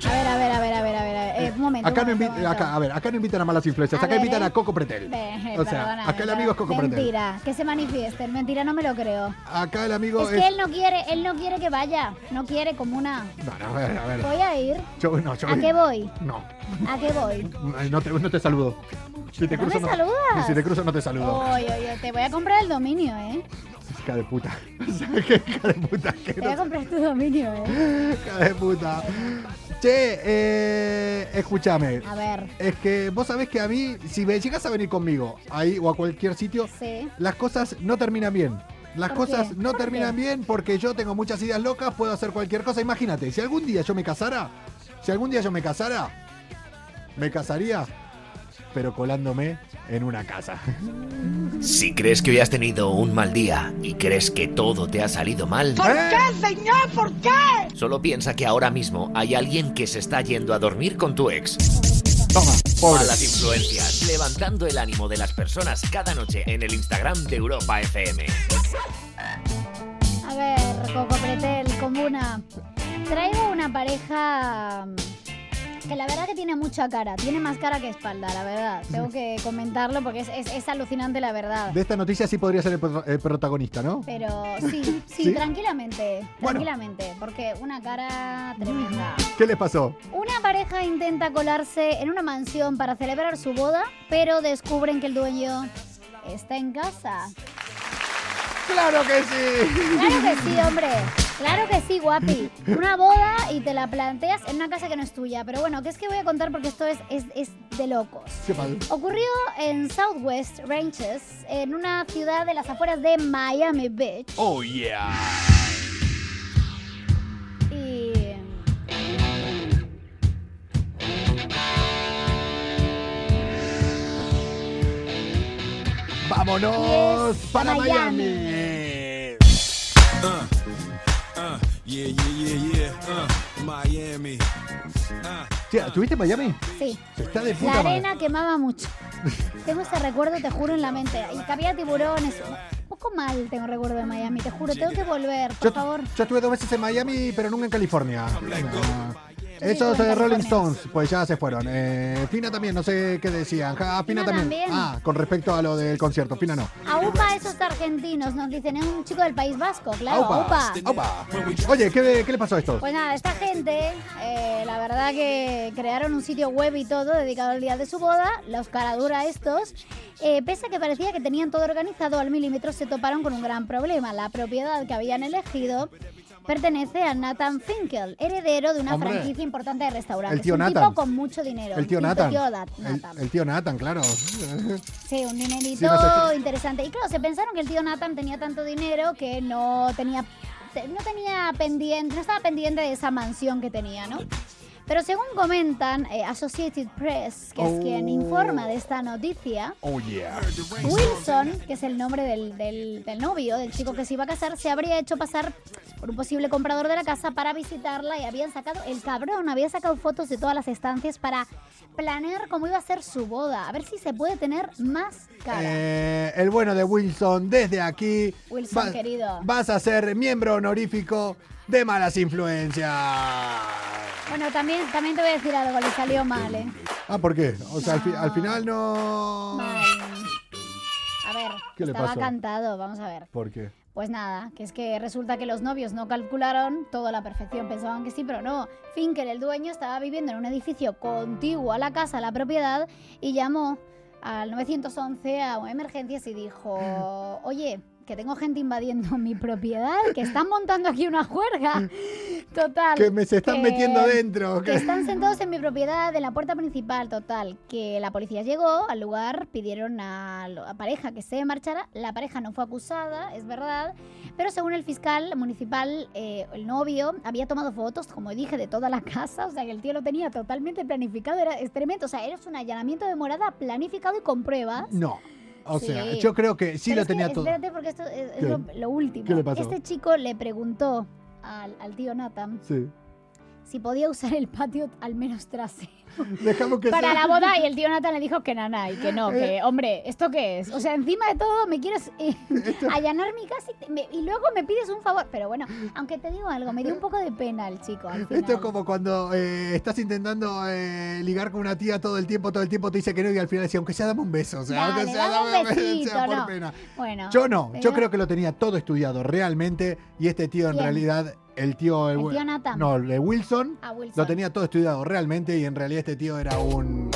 A ver, a ver, a ver, a ver, a ver, a ver. Eh, un momento.
Acá
un
no,
momento, un
invi- acá, a
momento.
ver, acá no invitan a malas influencias,
A
acá
ver,
invitan
eh.
a Coco Pretel.
Ve,
O sea,
perdóname,
acá el amigo es Coco Pretel.
Mentira, que se manifiesten. Mentira, no me lo creo.
Acá el amigo
Es que él no quiere, él no quiere que vaya. No quiere como una.
No, no, a ver, a ver.
Voy a ir.
Yo, no, yo-
¿A qué voy?
No, eh,
¿A qué voy?
no te, no te saludo. Si te
¿No me
cruzo,
saludas? Oh.
Si te cruzo, no te saludo.
Oye, oye, te voy a comprar el dominio, ¿eh?
Hija de puta. O sea, que hija de puta. Que
Te voy a
no,
comprar tu dominio, ¿eh?
hija de puta. Che, eh, escúchame.
A ver.
Es que vos sabés que a mí, si me llegas a venir conmigo ahí o a cualquier sitio,
Sí.
las cosas no terminan bien. Las
¿Por qué?
cosas no
¿Por qué?
terminan bien porque yo tengo muchas ideas locas, puedo hacer cualquier cosa. Imagínate, si algún día yo me casara, si algún día yo me casara, me casaría, pero colándome en una casa.
Si crees que hoy has tenido un mal día y crees que todo te ha salido mal,
¿Eh?
solo piensa que ahora mismo hay alguien que se está yendo a dormir con tu ex.
Toma, pobre.
Malas influencias, levantando el ánimo de las personas cada noche en el Instagram de Europa FM.
A ver, Coco Pretel, Comuna. Traigo una pareja mm, que la verdad que tiene mucha cara. Tiene más cara que espalda, la verdad. Tengo que comentarlo porque es, es- es alucinante, la verdad.
De esta noticia sí podría ser el, pro- el protagonista, ¿no?
Pero sí, sí,
¿Sí?
tranquilamente.
Bueno.
Tranquilamente. Porque una cara tremenda.
¿Qué les pasó?
Una pareja intenta colarse en una mansión para celebrar su boda, pero descubren que el dueño está en casa.
¡Claro que sí!
Claro que sí, hombre. Claro que sí, guapi. Una boda y te la planteas en una casa que no es tuya. Pero bueno, que es que voy a contar porque esto es, es, es de locos.
¿Qué pasa?
Ocurrió en Southwest Ranches, en una ciudad de las afueras de Miami Beach.
Oh yeah.
Y.
¡Vámonos
Yes,
para
Miami.
Miami!
Uh, uh, yeah, yeah, yeah, yeah. Uh, Miami. Uh,
Tía, ¿Estuviste en Miami?
Sí.
Está de
La
puta madre.
arena quemaba mucho. Tengo ese recuerdo, te juro, en la mente. Y que había tiburones. Un poco mal tengo recuerdo de Miami, te juro. Tengo que volver, por
Yo,
favor.
yo estuve dos veces en Miami, pero nunca en California. Ah, Esos
Sí,
eh, Rolling
California.
Stones, pues ja, se fueron. Eh, Fina también, no sé qué decían. Ja, Fina,
Fina
también.
también.
Ah, con respecto a lo del concierto. Fina no.
Aupa esos argentinos, nos dicen. Es un chico del País Vasco, claro.
Aupa,
Aupa.
aupa. Oye, ¿qué, qué le pasó a estos?
Pues nada, esta gente, eh, la verdad que crearon un sitio web y todo dedicado al día de su boda, los caradura estos, eh, pese a que parecía que tenían todo organizado al milímetro, se toparon con un gran problema. La propiedad que habían elegido pertenece a Nathan Finkel, heredero de una
Hombre.
franquicia importante de restaurantes.
El tío
un
Nathan.
tipo con mucho dinero.
El tío
Un
Nathan.
tío Da-
El,
Nathan.
el tío Nathan, claro.
Sí, un dinerito
Sí, no sé.
interesante. Y claro, se pensaron que el tío Nathan tenía tanto dinero que no tenía, te- no tenía pendiente, no estaba pendiente de esa mansión que tenía, ¿no? Pero según comentan eh, Associated Press, que
Oh.
es quien informa de esta noticia,
Oh yeah.
Wilson, que es el nombre del, del- del novio, del chico que se iba a casar, se habría hecho pasar por un posible comprador de la casa para visitarla y habían sacado, el cabrón había sacado fotos de todas las estancias para planear cómo iba a ser su boda, a ver si se puede tener más cara.
Eh, el bueno de Wilson, desde aquí.
Wilson, querido.
Vas a ser miembro honorífico de Malas Influencias. Ah,
Bueno, también, también te voy a decir algo, le salió mal, ¿eh?
¿por qué? O sea, al, fi- al final no.
Mal. A ver,
Oh. ¿Qué le
estaba
pasó?
cantado, vamos a ver.
¿Por qué?
Pues nada, que es que resulta que los novios no calcularon todo a la perfección, pensaban que sí, pero no. Finkel, el dueño, estaba viviendo en un edificio contiguo a la casa, a la propiedad, y llamó al 911 a emergencias y dijo, oye, que tengo gente invadiendo mi propiedad, que están montando aquí una juerga. Total.
Que me se están
que-
metiendo dentro.
que están sentados en mi propiedad, en la puerta principal, total. Que la policía llegó al lugar, pidieron a la pareja que se marchara. La pareja no fue acusada, es verdad. Pero según el fiscal municipal, eh, el novio había tomado fotos, como dije, de toda la casa. O sea, que el tío lo tenía totalmente planificado. Era es tremendo. O sea, eres un allanamiento de morada planificado y con pruebas.
No. O sea,
Sí.
yo creo que sí
Pero
lo
es que,
tenía todo.
Espérate, porque esto es, es
¿Qué?
lo, lo último.
¿Qué le pasó?
Este chico le preguntó al, al tío Nathan
Sí.
si podía usar el patio al menos trasero.
Dejamos que
para
sea-
la boda y el tío Nathan le dijo que nana y que no,
Eh.
que hombre, ¿esto qué es? O sea, encima de todo me quieres eh, allanar mi casa y, te- me- y luego me pides un favor. Pero bueno, aunque te digo algo, me dio un poco de pena el chico al final.
Esto es como cuando eh, estás intentando eh, ligar con una tía todo el tiempo, todo el tiempo te dice que no y al final decía, aunque sea dame un beso. O sea,
Dale,
aunque sea
dame un
o sea,
besito,
por
no.
pena.
Bueno, eh,
Yo no, yo
pero-
creo que lo tenía todo estudiado realmente y este tío en
¿Quién?
realidad, el tío...
El
Wi-
tío Nathan.
No, el de Wilson,
A Wilson.
lo tenía todo estudiado realmente y en realidad este tío era un...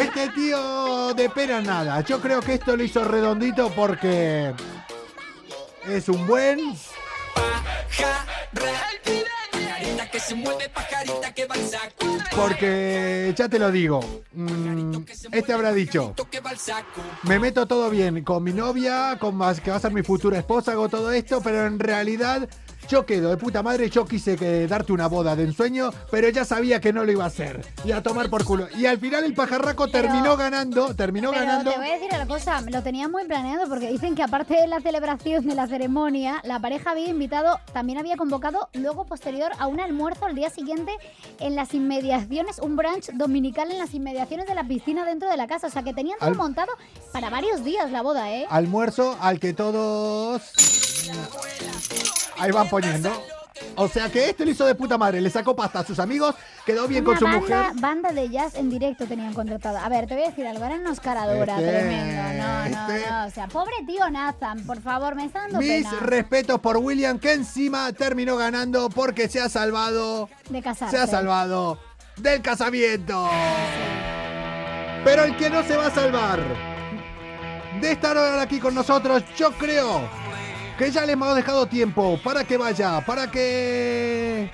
Este tío de pena nada, yo creo que esto lo hizo redondito porque es un buen... Porque ya te lo digo, mm, este habrá dicho, me meto todo bien con mi novia, con más que va a ser mi futura esposa, hago todo esto, pero en realidad yo quedo de puta madre, yo quise que darte una boda de ensueño, pero ya sabía que no lo iba a hacer y a tomar por culo. Y al final el pajarraco
Pero-
terminó ganando, terminó
pero
ganando.
te voy a decir una cosa, lo tenía muy planeado porque dicen que aparte de la celebración de la ceremonia, la pareja había invitado, también había convocado luego posterior a un almuerzo al día siguiente en las inmediaciones, un brunch dominical en las inmediaciones de la piscina dentro de la casa, o sea que tenían todo
Al-
montado para varios días la boda, ¿eh?
Almuerzo al que todos ahí van poniendo. O sea que este lo hizo de puta madre, le sacó pasta a sus amigos, quedó bien con
Una
su
banda,
mujer.
banda de jazz en directo tenían contratada. A ver, te voy a decir algo, era una oscaradora,
Este,
tremendo. No, no,
este.
no. O sea, pobre tío Nathan, por favor, me está dando
Mis
pena
respetos por William, que encima terminó ganando porque se ha salvado.
de casarse.
Se ha salvado del casamiento. Pero el que no se va a salvar de estar ahora aquí con nosotros, yo creo que ya le hemos dejado tiempo para que vaya, para que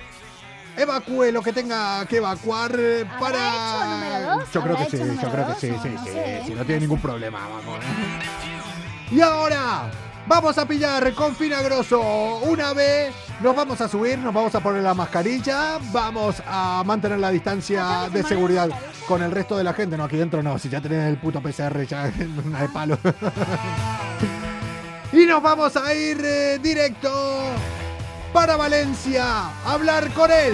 evacúe lo que tenga que evacuar, eh,
¿Habrá
para...
hecho número dos?
Yo creo que
¿Habrá
sí,
hecho
yo
número
creo que
dos
sí,
o
sí,
no
sí,
sé? ¿eh?
sí, no tiene ningún problema, vamos. ¿eh? Y ahora vamos a pillar con Finagroso una vez. Nos vamos a subir, nos vamos a poner la mascarilla, vamos a mantener la distancia de seguridad con el resto de la gente. No, aquí dentro no, si ya tenés el puto PCR, ya una de palo. Y nos vamos a ir eh, directo para Valencia a hablar con él.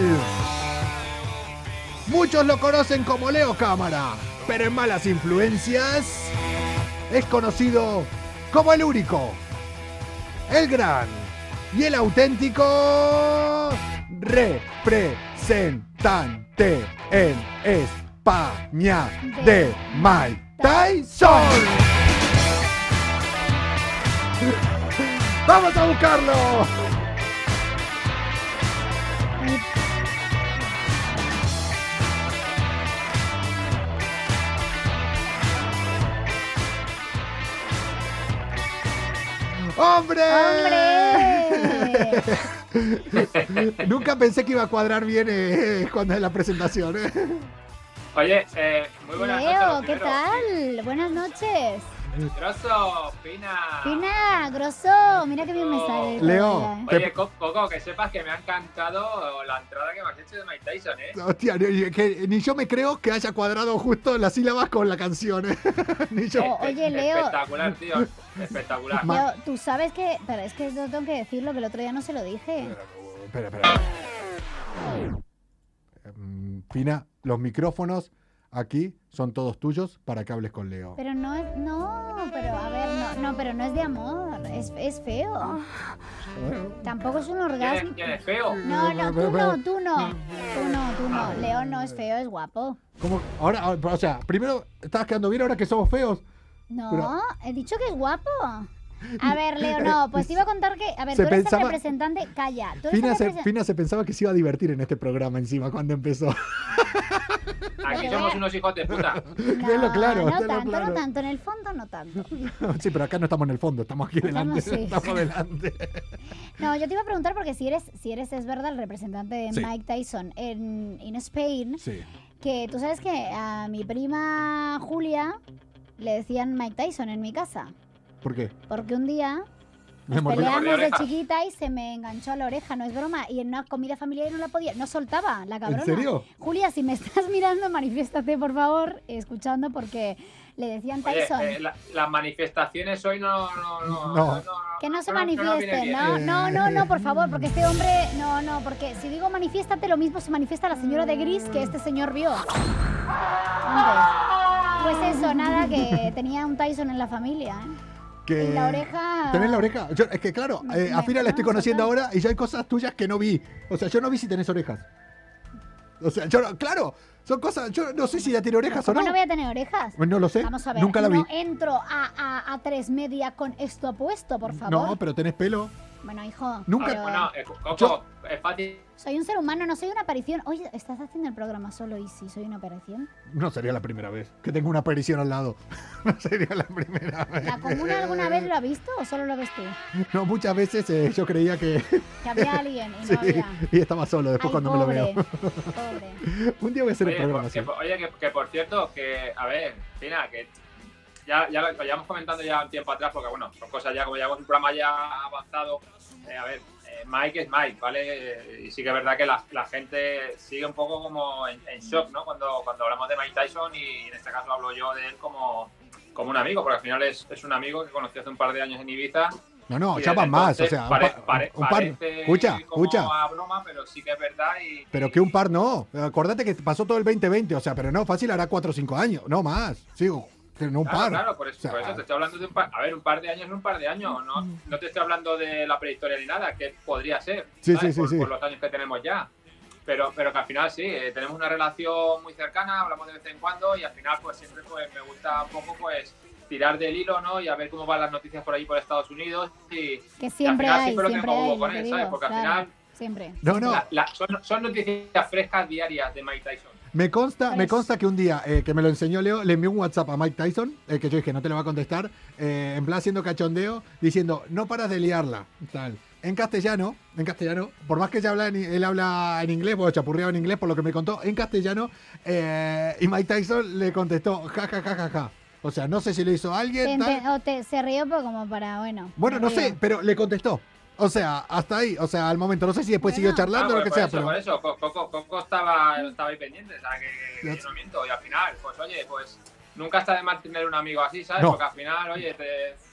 Muchos lo conocen como Leo Cámara, pero en malas influencias es conocido como el único, el gran y el auténtico representante en España de Mike Tyson. ¡Vamos a buscarlo! ¡Hombre!
¡Hombre!
Nunca pensé que iba a cuadrar bien eh, cuando es la presentación. eh.
Oye, eh, muy buenas
Leo,
noches.
¿qué tal? Buenas noches.
Grosso, Pina.
Pina, grosso, mira qué
Oh.
bien me sale.
Leo.
todavía. ¿eh?
Oye, Co- Coco, que sepas que me ha encantado la entrada que me has hecho de Mike Tyson, ¿eh?
Hostia, ni, que- ni yo me creo que haya cuadrado justo las sílabas con la canción. eh. Ni yo.
O- oye, Leo,
Espectacular, tío. Espectacular.
Ma-
Leo, tú sabes que... Pero es que esto tengo que decirlo, que el otro día no se lo dije.
Espera, espera. Mm, Pina, los micrófonos aquí son todos tuyos para que hables con Leo.
Pero no es... No, pero a ver, no, no pero no es de amor. Es, es feo. Tampoco es un
¿Quién es,
orgasmo.
quién es feo?
No, no, tú no, tú no. Tú no, tú
Ah.
no. Leo no es feo, es guapo.
¿Cómo? Ahora, ahora, o sea, primero estabas quedando bien ahora que somos feos.
No,
Pero-
he dicho que es guapo. A ver, Leo, no, pues te iba a contar que. A ver,
Se
tú eres
pensaba-
el representante. Calla, tú eres
Pina
el
se,
representante.
Pina se pensaba que se iba a divertir en este programa encima cuando empezó.
Aquí somos unos hijos de puta.
tenlo claro,
No
tenlo
tanto,
claro.
no tanto, en el fondo no tanto.
Sí, pero acá no estamos en el fondo, estamos aquí delante.
Estamos, sí.
Estamos delante.
No, yo te iba a preguntar porque si eres, si eres, es verdad, el representante de
Sí.
Mike Tyson en in Spain,
Sí.
que tú sabes que a mi prima Julia le decían Mike Tyson en mi casa.
¿Por qué?
Porque un día
Me mordió.
mordió
peleamos
la
de
oreja.
chiquita y se me enganchó a la oreja, no es broma. Y en una comida familiar no la podía, no soltaba la cabrona.
¿En serio?
Julia, si me estás mirando, manifiéstate, por favor, escuchando, porque le decían
Oye,
Tyson.
eh, la- las manifestaciones hoy no. No, no,
No.
Que no se
no viene
manifieste,
bien. Ah,
no,
bien.
no, no, no, por favor, porque este hombre, no, no, porque si digo manifiéstate, lo mismo se manifiesta la señora de gris que este señor vio. Antes. Pues eso, nada, que tenía un Tyson en la familia. ¿eh?
Que...
En la oreja-
¿Tenés la oreja? Yo- es que claro,
Me-
eh, a
me-
Fina la estoy
no,
conociendo
total.
ahora y yo hay cosas tuyas que no vi. O sea, yo no vi si tenés orejas. O sea, yo no, claro, son cosas, yo no sé si ya tiene orejas o
¿Cómo
no.
no voy a tener orejas?
No lo sé,
Vamos a ver,
nunca la vi.
no eh, entro a, a, a tres media con esto puesto, por favor.
No, pero tenés pelo.
Bueno, hijo,
Nunca-
Ah,
pero
Bueno, eh, Coco,
Yo-
es fácil.
soy un ser humano, no soy una aparición. Oye, estás haciendo el programa solo y si soy una aparición.
No sería la primera vez que tengo una aparición al lado. No sería la primera vez.
¿La comuna alguna vez lo ha visto o solo lo ves tú?
No, muchas veces eh, yo creía que
Que había alguien y
sí,
no había.
y estaba solo después
Ay,
cuando me lo
pobre,
veo.
pobre.
Un día voy a hacer
Oye,
el programa
por-
así.
que, por- oye, que, que por cierto, que, a ver, Pina, que ya, ya lo, lo llevamos comentando ya un tiempo atrás, porque bueno, son cosas ya, como llevamos un programa ya avanzado, eh, a ver, eh, Mike es Mike, ¿vale? Eh, Y sí que es verdad que la, la gente sigue un poco como en, en shock, ¿no? Cuando, cuando hablamos de Mike Tyson y en este caso hablo yo de él como, como un amigo, porque al final es, es un amigo que conocí hace un par de años en Ibiza.
No, no,
y
ya
desde
van más, o
entonces
sea, un
pare-
par-
pare-
un par.
parece
Escucha,
como
escucha.
a broma, pero sí que es verdad y...
Pero que un par no. Acordate que pasó todo el 2020, o sea, pero no, fácil hará 4 o 5 años, no más. Sigo, pero no un
Claro,
par.
claro, por eso,
O sea, ah.
por eso te estoy hablando de un par. A ver, un par de años es un par de años. No, no te estoy hablando de la prehistoria ni nada, que podría ser.
Sí, sí,
¿sabes?
sí,
por,
sí.
por los años que tenemos ya. Pero, pero que al final sí, eh, tenemos una relación muy cercana, hablamos de vez en cuando y al final pues siempre pues, me gusta un poco pues tirar del hilo, ¿no? Y a ver cómo van las noticias por ahí por Estados Unidos y,
Que siempre
final
hay,
siempre lo
siempre
tengo
hay,
huevo con
te
él,
digo,
¿sabes? Porque al
claro,
final-
siempre.
No, no.
la- la- son, son noticias frescas diarias de Mike Tyson.
Me consta, me
Pues-
consta que un día eh, que me lo enseñó Leo, le envió un WhatsApp a Mike Tyson, eh, que yo dije, no te lo va a contestar, eh, en plan haciendo cachondeo, diciendo, no paras de liarla, tal. En castellano, en castellano, por más que ella habla en- él habla en inglés, bueno, chapurreaba en inglés, por lo que me contó, en castellano, eh, y Mike Tyson le contestó, ja, ja, ja, ja, ja. O sea, no sé si lo hizo alguien, tal.
Ente- o te- se rió po- como para, bueno.
Bueno,
me
no
río.
sé, pero le contestó. O sea, hasta ahí, o sea, al momento. No sé si después
Bueno.
siguió charlando o lo que
Ah, por
sea,
eso,
pero.
por eso, Co- Coco, Coco estaba, estaba ahí pendiente, o sea, que, que- que yo no miento. Y al final, pues oye, pues nunca está de mal tener un amigo así, ¿sabes?
No.
Porque al final, oye, te,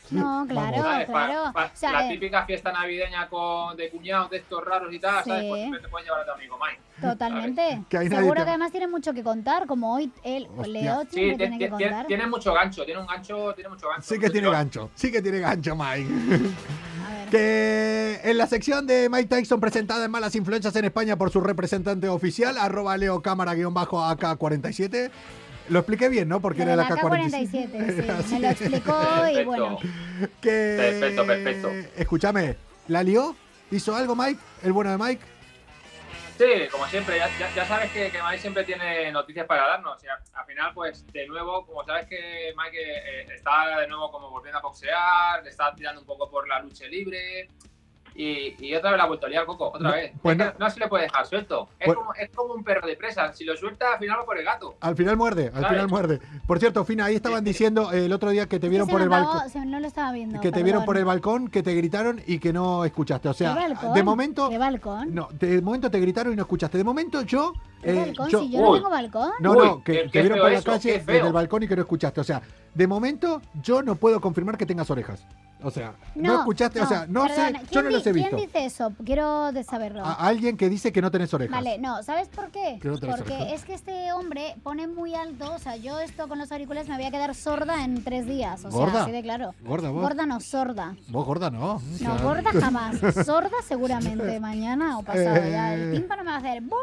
Mm,
No, claro,
¿sabes? Pa-
claro.
pa-
O sea,
la
eh,
típica fiesta navideña con, de cuñados de estos raros y tal, ¿sabes?
Sí.
Pues siempre te puedes llevar a tu amigo, Mike.
totalmente.
Que ahí nadie
Seguro
te-
que además tiene mucho que contar, como hoy él,
Hostia.
Leo,
Sí,
siempre tiene
tiene,
que
tiene,
contar.
tiene mucho gancho, tiene un gancho, tiene mucho gancho.
Sí
Pues
que tiene
Yo-
gancho, sí que tiene gancho, Mike.
A ver.
Que en la sección de Mike Tyson presentada en Malas Influencias en España por su representante oficial, arroba Leo Cámara guión bajo AK47. Lo expliqué bien, ¿no? Porque
Lo
era
de
la
la K47,
AK47.
sí, me lo explicó y
Perfecto.
bueno.
Que...
Perfecto, perfecto.
Escúchame, ¿la lió? ¿Hizo algo Mike? ¿El bueno de Mike?
Sí, como siempre, ya, ya- ya sabes que, que Mike siempre tiene noticias para darnos. Y al, al final, pues, de nuevo, como sabes que Mike eh, está de nuevo como volviendo a boxear, le está tirando un poco por la lucha libre. Y, y otra vez la ha vuelto a liar, Coco, otra
No,
vez.
pues
Es que
no.
no. se le puede dejar suelto. Es,
Pues-
como, es como un perro de presa. Si lo suelta, al final va por el gato.
Al final muerde, al
¿Sabes?
final muerde. Por cierto, Fina, ahí estaban diciendo eh, el otro día que te
Es que
vieron
se
por
me
el
apagó,
balcón.
se- no lo estaba viendo.
que te vieron
perdón.
por el balcón, que te gritaron y que no escuchaste. O sea,
¿Qué balcón?
de momento.
¿Qué balcón?
No, de momento te gritaron y no escuchaste. De momento yo.
¿Qué
eh,
balcón?
yo-
si yo no
Uy.
tengo balcón.
no,
Uy,
no, que
qué-
te
qué
vieron
feo
por la
eso,
calle
qué feo.
desde el balcón y que no escuchaste. O sea, de momento yo no puedo confirmar que tengas orejas. O sea, no, escuchaste, o sea, no
perdona,
sé, yo
¿quién
no
di-
los he visto. Ah,
¿Quién dice eso? Quiero de saberlo.
A a alguien que dice que no tenés orejas.
Vale, no, ¿sabes por qué?
Quiero otra
Porque
oreja.
es que este hombre pone muy alto, o sea, yo esto con los auriculares me voy a quedar sorda en tres días, o
¿Gorda?
sea, así de claro.
Gorda, vos.
Gorda no, sorda.
Vos gorda no. O sea,
No, gorda jamás. Sorda seguramente mañana o pasado. Ya el
Eh.
tímpano me va a hacer ¡bum!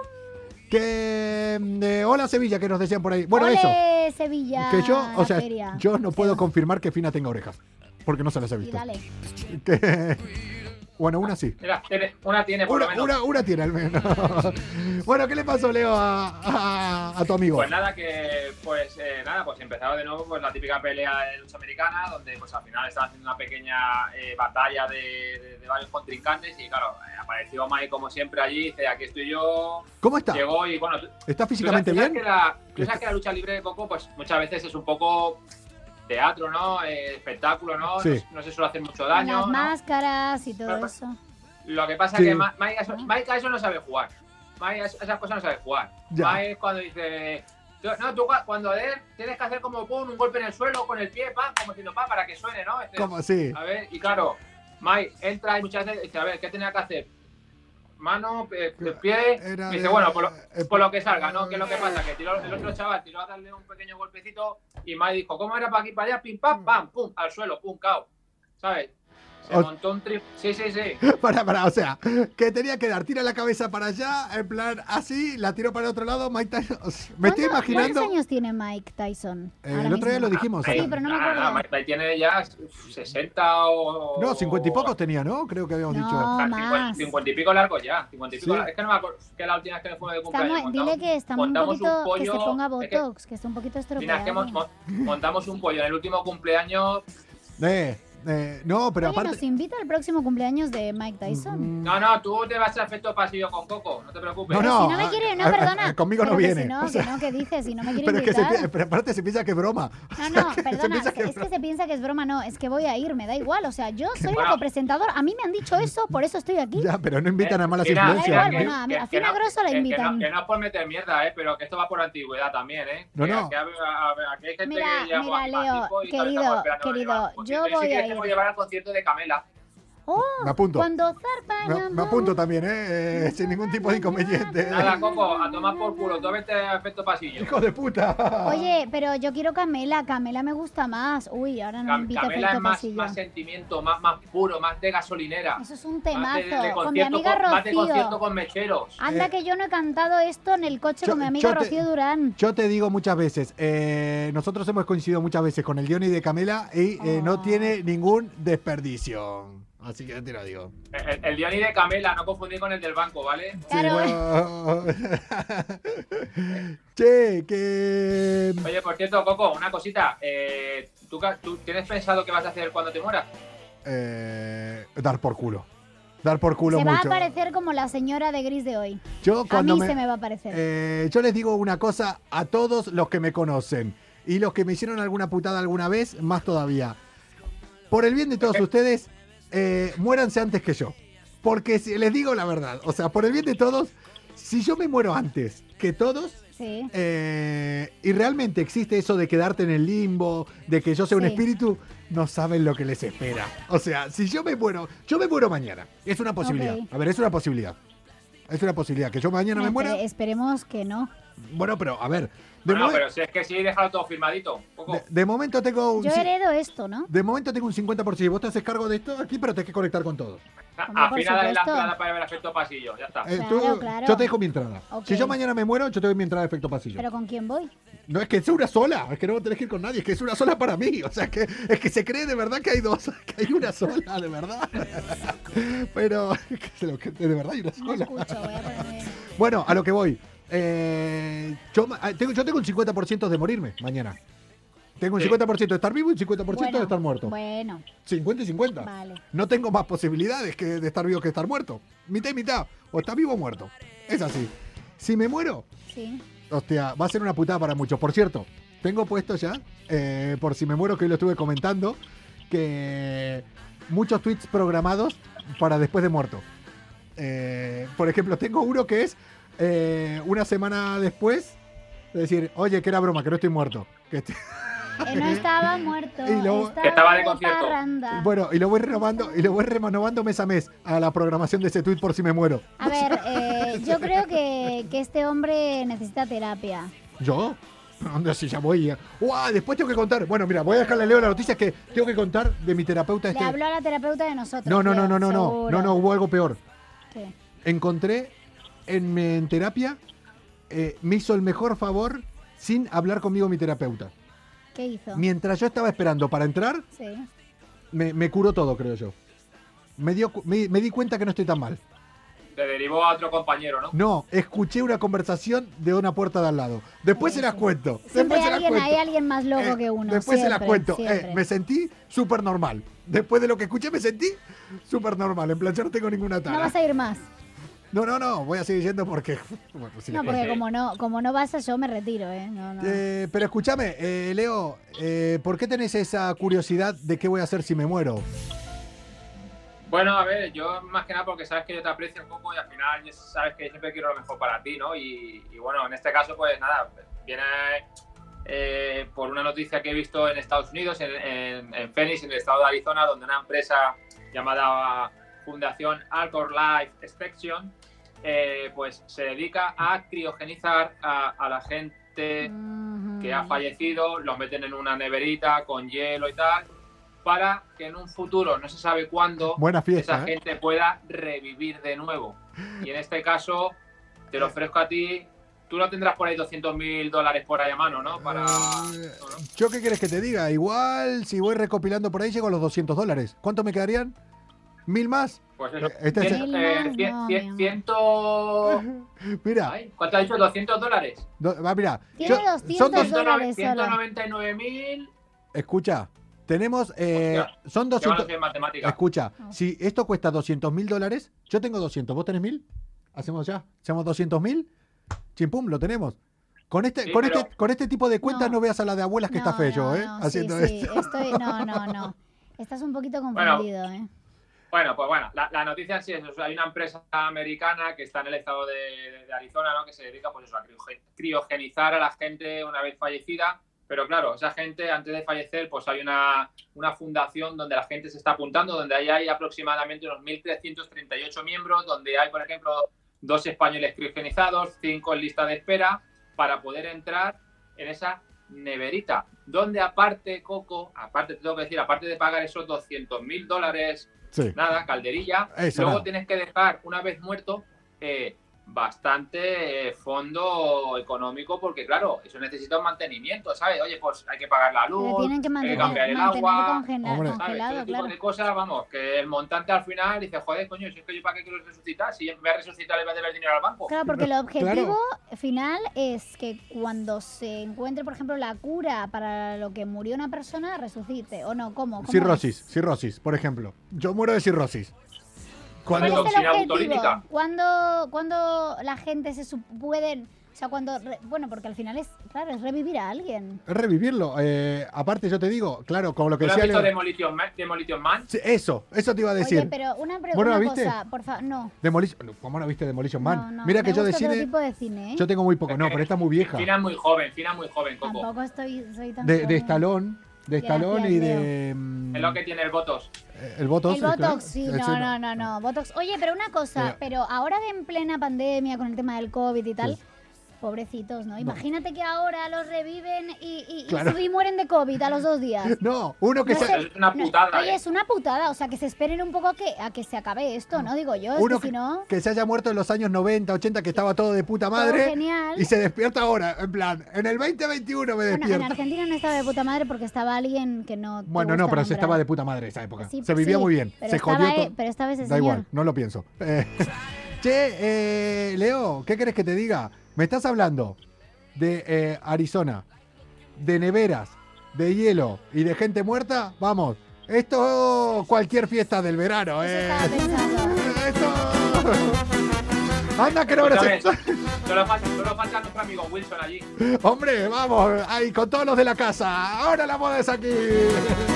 Que. mm, eh, hola Sevilla, que nos decían por ahí. Bueno,
¡Ole,
eso.
Sevilla!
que yo, o
la
sea,
feria!
yo no puedo confirmar que Fina tenga orejas. Porque no se las he
Y
visto.
dale.
Que- bueno, una sí.
Mira, tiene- una tiene por lo
Una,
menos.
una, una tiene al menos. bueno, ¿qué le pasó, Leo, a, a- a tu amigo?
Pues nada, que pues eh, nada, pues empezaba de nuevo pues la típica pelea de lucha americana, donde pues al final estaban haciendo una pequeña eh, batalla de, de- de varios contrincantes y claro, eh, apareció Mike como siempre allí, dice aquí estoy yo,
¿Cómo está?
llegó y bueno, tú- tú
¿Está
sabes,
físicamente
tú sabes
bien?
que la, tú sabes que la lucha libre de Coco pues muchas veces es un poco teatro, ¿no? Eh, espectáculo, ¿no?
Sí.
No, no se suele hacer mucho
Con
daño.
las
¿no?
máscaras y todo
Pero-
eso.
Lo que pasa
Sí. Ah.
es que Ma- Mike a eso, Mike a eso no sabe jugar. Mike a eso- a esas cosas no sabe jugar.
Ya.
Mike cuando dice. tú- No, tú cua- cuando des, tienes que hacer como pum, un golpe en el suelo con el pie, pa, como diciendo pa, para que suene, ¿no? Este,
¿Cómo? Sí.
A ver, y claro, Mike entra y muchas veces dice, a ver, ¿qué tenía que hacer? Mano, eh, el pie.
Era
y dice,
de-
bueno, por lo,
eh,
por lo que salga, ¿no? ¿Qué es lo que pasa? Que tiró, el otro chaval tiró a darle un pequeño golpecito y Mike dijo, ¿cómo era para aquí, para allá? Pim,
Mm.
pam, pam, pum, al suelo, pum, cao. ¿Sabes? Se
O-
montó un trip. Sí, sí, sí.
Para, para, o sea, que tenía que dar, tira la cabeza para allá, en plan así, la tiro para el otro lado, Mike Tyson. O sea, Me estoy
¿Cuánto-
imaginando.
¿Cuántos años tiene Mike Tyson?
Eh, el
ahora
otro día
mismo?
lo dijimos.
Sí,
acá.
pero no me
Ah,
acuerdo.
Mike Tyson tiene ya uf, 60 o.
No, cincuenta y pocos tenía, ¿no? Creo que habíamos
No,
dicho.
Ah, 50,
más.
50 y pico largos ya. 50 y pico
Sí.
largos. Es que no me acuerdo. Que la última vez que le fue de
Estamos-
cumpleaños.
dile que estamos un
montamos un
poquito que se
pollo-
ponga
es que-
botox, que, está un poquito
Mira, es que
estropeado.
mon- mon- montamos un pollo en el último cumpleaños.
Eh, eh, no, pero
Oye,
aparte.
nos invita al próximo cumpleaños de
Mm,
Mike Tyson.
No, no, tú te vas a efecto pasillo con Coco, no te preocupes.
No, no.
si no me quiere, no,
a- a-
perdona.
a- conmigo no
Pero que
viene,
Si no,
o sea.
que no, que dice, si no me quiere
Pero, es que se,
invitar.
pi- pero aparte se piensa que es broma.
No, no, perdona,
piensa
es
que
que, es que se piensa que es broma, no, es que voy a ir, me da igual, o sea, yo soy la
va.
copresentadora, a mí me han dicho eso, por eso estoy aquí.
Ya, pero no invitan a malas
Mira,
influencias. ¿eh?
mira,
Da igual, bueno, a mí- a Fina Grosso la
que- que
invitan.
no- Que no, es por meter mierda, eh, pero que esto va por antigüedad también, eh.
No,
que,
no.
que a- a- a- que hay gente
Mira,
que lleva
mira,
más
Leo,
tiempo y todavía
querido,
estamos esperando a
querido,
llevar un concierto.
yo
Y si
voy
quieres
a
te
ir.
voy a llevar al concierto de Camela.
Me apunto.
Oh, Cuando zarpa
Me, me apunto también, ¿eh? eh, Sin ningún tipo de inconveniente.
Nada, Coco, a tomar por culo, tú vete a efecto pasillo.
Hijo de puta.
Oye, pero yo quiero Camela, Camela me gusta más. Uy, ahora no me
Cam-
invita a
Camela
efecto
es más,
pasillo.
más sentimiento, más, más puro, más de gasolinera.
Eso es un
Más de-
temazo.
de
con mi
concierto
amiga
con- Más de concierto
Rocío. Ah.
con mecheros.
Anda
Eh,
que yo no he cantado esto en el
yo-
coche
eh,
con mi amiga
yo te-
Rocío Durán.
Yo te digo muchas veces, eh, nosotros
Ah.
hemos coincidido muchas veces con el Diony de Camela y eh, no
Oh.
tiene ningún desperdicio. O Así que ya te lo digo.
Eh, El, el Diony de Camela, no confundir con el del banco, ¿vale?
Claro.
bueno. che, que.
Oye, por cierto, Coco, una cosita. eh, ¿tú, ca- tú tienes pensado qué vas a hacer cuando te mueras?
eh, dar por culo. Dar por culo
Se va a
mucho.
aparecer como la señora de gris de hoy.
Yo
A
cuando
mí
me-
se me va a aparecer.
Eh, yo les digo una cosa a todos los que me conocen y los que me hicieron alguna putada alguna vez, más todavía. Por el bien de todos ustedes, eh, muéranse antes que yo. Porque si, les digo la verdad, o sea, por el bien de todos, si yo me muero antes que todos,
Sí.
eh, y realmente existe eso de quedarte en el limbo, de que yo sea un
Sí.
espíritu, no saben lo que les espera. O sea, si yo me muero, yo me muero mañana. Es una posibilidad.
Ok.
A ver, es una posibilidad. Es una posibilidad. Que yo mañana me
Espere-
muera.
esperemos que no.
Bueno, pero a ver. De,
Bueno,
momen-
pero si es que sí, déjalo todo firmadito. Coco.
de- de momento tengo un.
Yo
ci-
heredo esto, ¿no?
De momento tengo un 50%. Vos te haces cargo de esto aquí, pero tenés que conectar con todo.
Ah,
Hombre,
Al
por
final dale la
supuesto.
entrada para ver el efecto pasillo, ya está.
Eh,
Claro,
tú-
claro.
Yo te dejo mi entrada.
Ok.
Si yo mañana me muero, yo te doy mi entrada de efecto pasillo.
Pero ¿con quién voy?
No es que sea una sola, es que no tenés que ir con nadie, es que es una sola para mí. O sea, que es que se cree de verdad que hay dos, que hay una sola, de verdad. Pero que se lo- que de verdad hay una
No
sola.
escucho, voy a ponerme...
Bueno, a lo que voy. Eh, yo, ma- ah, tengo, yo tengo un 50% de morirme mañana. Tengo un
Sí.
50% de estar vivo y un 50% de
Bueno,
estar muerto. Ah.
Bueno,
50 y 50.
Vale.
No tengo más posibilidades que de estar vivo que estar muerto. Mitad y mitad. O está vivo o muerto. Es así. Si me muero,
sí.
Hostia, va a ser una putada para muchos. Por cierto, tengo puesto ya, eh, por si me muero, que hoy lo estuve comentando, que muchos tweets programados para después de muerto. Eh, por ejemplo, tengo uno que es eh, una semana después, decir, oye, que era broma, que no estoy muerto. Que estoy-
Eh, no estaba muerto.
Y luego-
estaba,
Estaba de
de
concierto.
parranda.
Bueno, y lo voy renovando, y lo voy renovando mes a mes a la programación de ese tweet por si me muero.
A ver, eh, yo creo que, que este hombre necesita terapia.
¿Yo? ¿Dónde si ya voy? eh. ¡Uah! Después tengo que contar. Bueno, mira, voy a dejarle leo la noticia que tengo que contar de mi terapeuta
Le
este.
habló a la terapeuta de nosotros.
No, no, no, no,
creo,
no, no,
seguro.
no, no, hubo algo peor.
¿Qué?
Encontré en, mi- en terapia, eh, me hizo el mejor favor sin hablar conmigo mi terapeuta.
¿Qué hizo?
Mientras yo estaba esperando para entrar,
Sí.
me, me curó todo, creo yo. Me, dio, cu- me, me di cuenta que no estoy tan mal.
Te derivó a otro compañero, ¿no?
No, escuché una conversación de una puerta de al lado. Después se las cuento.
Siempre
Después
hay
se las
alguien,
cuento.
hay alguien más loco
Eh,
que uno.
Después se las
siempre,
cuento. Eh,
siempre.
me sentí súper normal. Después de lo que escuché, me sentí súper normal. En plan, yo no tengo ninguna tara.
No vas a ir más.
No, no, no, voy a seguir yendo porque. bueno, sí.
No, porque como no, como no vas, yo me retiro, ¿eh? No, no.
Eh, pero escúchame, eh, Leo, eh, ¿por qué tenés esa curiosidad de qué voy a hacer si me muero?
Bueno, a ver, yo más que nada porque sabes que yo te aprecio un poco y al final ya sabes que siempre quiero lo mejor para ti, ¿no? Y, y bueno, en este caso, pues nada, viene eh, por una noticia que he visto en Estados Unidos, en, en, en Phoenix, en el estado de Arizona, donde una empresa llamada Fundación Alcor Life Extraction, eh, pues se dedica a criogenizar a, a la gente
Ujú.
que ha fallecido, los meten en una neverita con hielo y tal, para que en un futuro, no se sabe cuándo,
Buena
esa
fiesta, ¿eh?
gente pueda revivir de nuevo. Y en este caso, te lo ofrezco a ti. Tú no tendrás por ahí 200 mil dólares por ahí a mano, ¿no? Para.
Eh,
¿no?
¿Yo qué quieres que te diga? Igual, si voy recopilando por ahí, llego a los 200 dólares. ¿Cuánto me quedarían? ¿Mil más?
Pues eso.
Eh, este es-
Cien- eh, cien-
No,
cien-
mi amor.
ciento-
Mira,
ay, ¿Cuánto has dicho? ¿200 dólares?
do- va, mira.
Tiene
yo-
200
son dos-
dólares. sola.
199 mil.
Escucha, tenemos. eh,
Hostia,
son
Que van a
200.
ser matemáticas.
Escucha,
Ah.
si esto cuesta 200 mil dólares, yo tengo 200, vos tenés mil, hacemos ya, hacemos 200 mil, chimpum, lo tenemos. Con este,
Sí,
con,
pero-
este, con este tipo de cuentas no,
No.
veas a la de abuelas que
No,
está feo,
no,
¿eh?
no, sí,
Haciendo
sí,
esto.
Estoy, no, no, no. Estás un poquito
Bueno.
confundido, ¿eh?
Bueno, pues bueno, la, la noticia en sí es, o sea, hay una empresa americana que está en el estado de, de Arizona, ¿no? Que se dedica pues, eso, a criogen- criogenizar a la gente una vez fallecida. Pero claro, esa gente antes de fallecer, pues hay una, una fundación donde la gente se está apuntando, donde ahí hay aproximadamente unos 1.338 miembros, donde hay, por ejemplo, dos españoles criogenizados, cinco en lista de espera, para poder entrar en esa neverita, donde aparte, Coco, aparte te tengo que decir, aparte de pagar esos 200 mil dólares
Sí.
nada, calderilla.
Eso,
Luego
nada.
tienes que dejar, una vez muerto, eh, bastante eh, fondo económico porque, claro, eso necesita un mantenimiento, ¿sabes? Oye, pues hay que pagar la
Le
luz,
tienen que
hay que
mantener,
cambiar el
mantener
agua,
Hombre.
congela-
¿sabes? Todo este
congelado,
tipo
claro.
de cosas, vamos, que el montante al final dice, joder, coño, si es que yo para qué quiero resucitar, si me voy a resucitar le voy a deber dinero al banco.
Claro, porque el objetivo final es que cuando se encuentre, por ejemplo, la cura para lo que murió una persona, resucite. ¿O no? ¿Cómo? ¿Cómo
Cirrosis, cirrosis, por ejemplo. Yo muero de cirrosis.
¿Cuál
Cuando,
es
Bueno,
el
Toxina
objetivo?
botulínica.
¿Cuándo, cuándo la gente se sup- puede... O sea, cuando... re- bueno, porque al final es, claro, es revivir a alguien.
Es revivirlo. Eh, aparte, yo te digo, claro, como lo que
¿Tú has
decía
visto
Leo-
Demolition Man? Demolition Man?
Sí, Eso, eso te iba a decir.
Oye, pero una, pre-
¿Vos no la
una
viste?
cosa, por favor, no.
Demolition, ¿Cómo no viste Demolition Man?
no, no.
Mira que
Me
yo de
gusta otro
cine.
tipo de cine, ¿eh?
Yo tengo muy poco, no,
Es que
pero está muy vieja.
Fina es muy joven, Fina es muy joven, Coco.
Tampoco estoy... Soy tan
De,
joven.
de Stallone, de
Gracias,
Stallone y de. mm, eh,
Es lo que tiene el votos.
El Botox.
El
claro.
Botox, sí,
Eh,
no, no, no, no, Botox. Oye, pero una cosa,
Pero-
pero ahora de en plena pandemia con el tema del COVID y tal,
Sí.
pobrecitos, ¿no? Imagínate que ahora los reviven y, y- y
Claro.
se- y mueren de COVID a los dos días.
No, uno que
No
se.
sé.
Eso es una
No,
putada,
oye,
¿eh?
es una putada, o sea, que se esperen un poco que, a que se acabe esto, ¿no? Digo yo, es
Uno
que si no...
que se haya muerto en los años 90, 80, que estaba todo de puta
Todo
madre.
genial.
Y se despierta ahora, en plan, en el 2021 me
Bueno, en
despierta.
Argentina no estaba de puta madre porque estaba alguien que no... te
Bueno, no,
gusta
pero se
nombrar.
estaba de puta madre esa época.
Sí, pues
se vivía
sí,
muy bien.
pero
se
estaba
jodió
e-
todo.
pero estaba ese
Da igual,
señor.
no lo pienso. Eh, che, eh, Leo, ¿qué querés que te diga? Me estás hablando de eh, Arizona, de neveras, de hielo y de gente muerta. Vamos, esto cualquier fiesta del verano,
Eso
¿eh?
estaba pensando.
Esto. Anda que no ahora se-
Escúchame, Solo falta, solo falta nuestro amigo Wilson allí.
Hombre, vamos, ahí con todos los de la casa. Ahora la moda es aquí.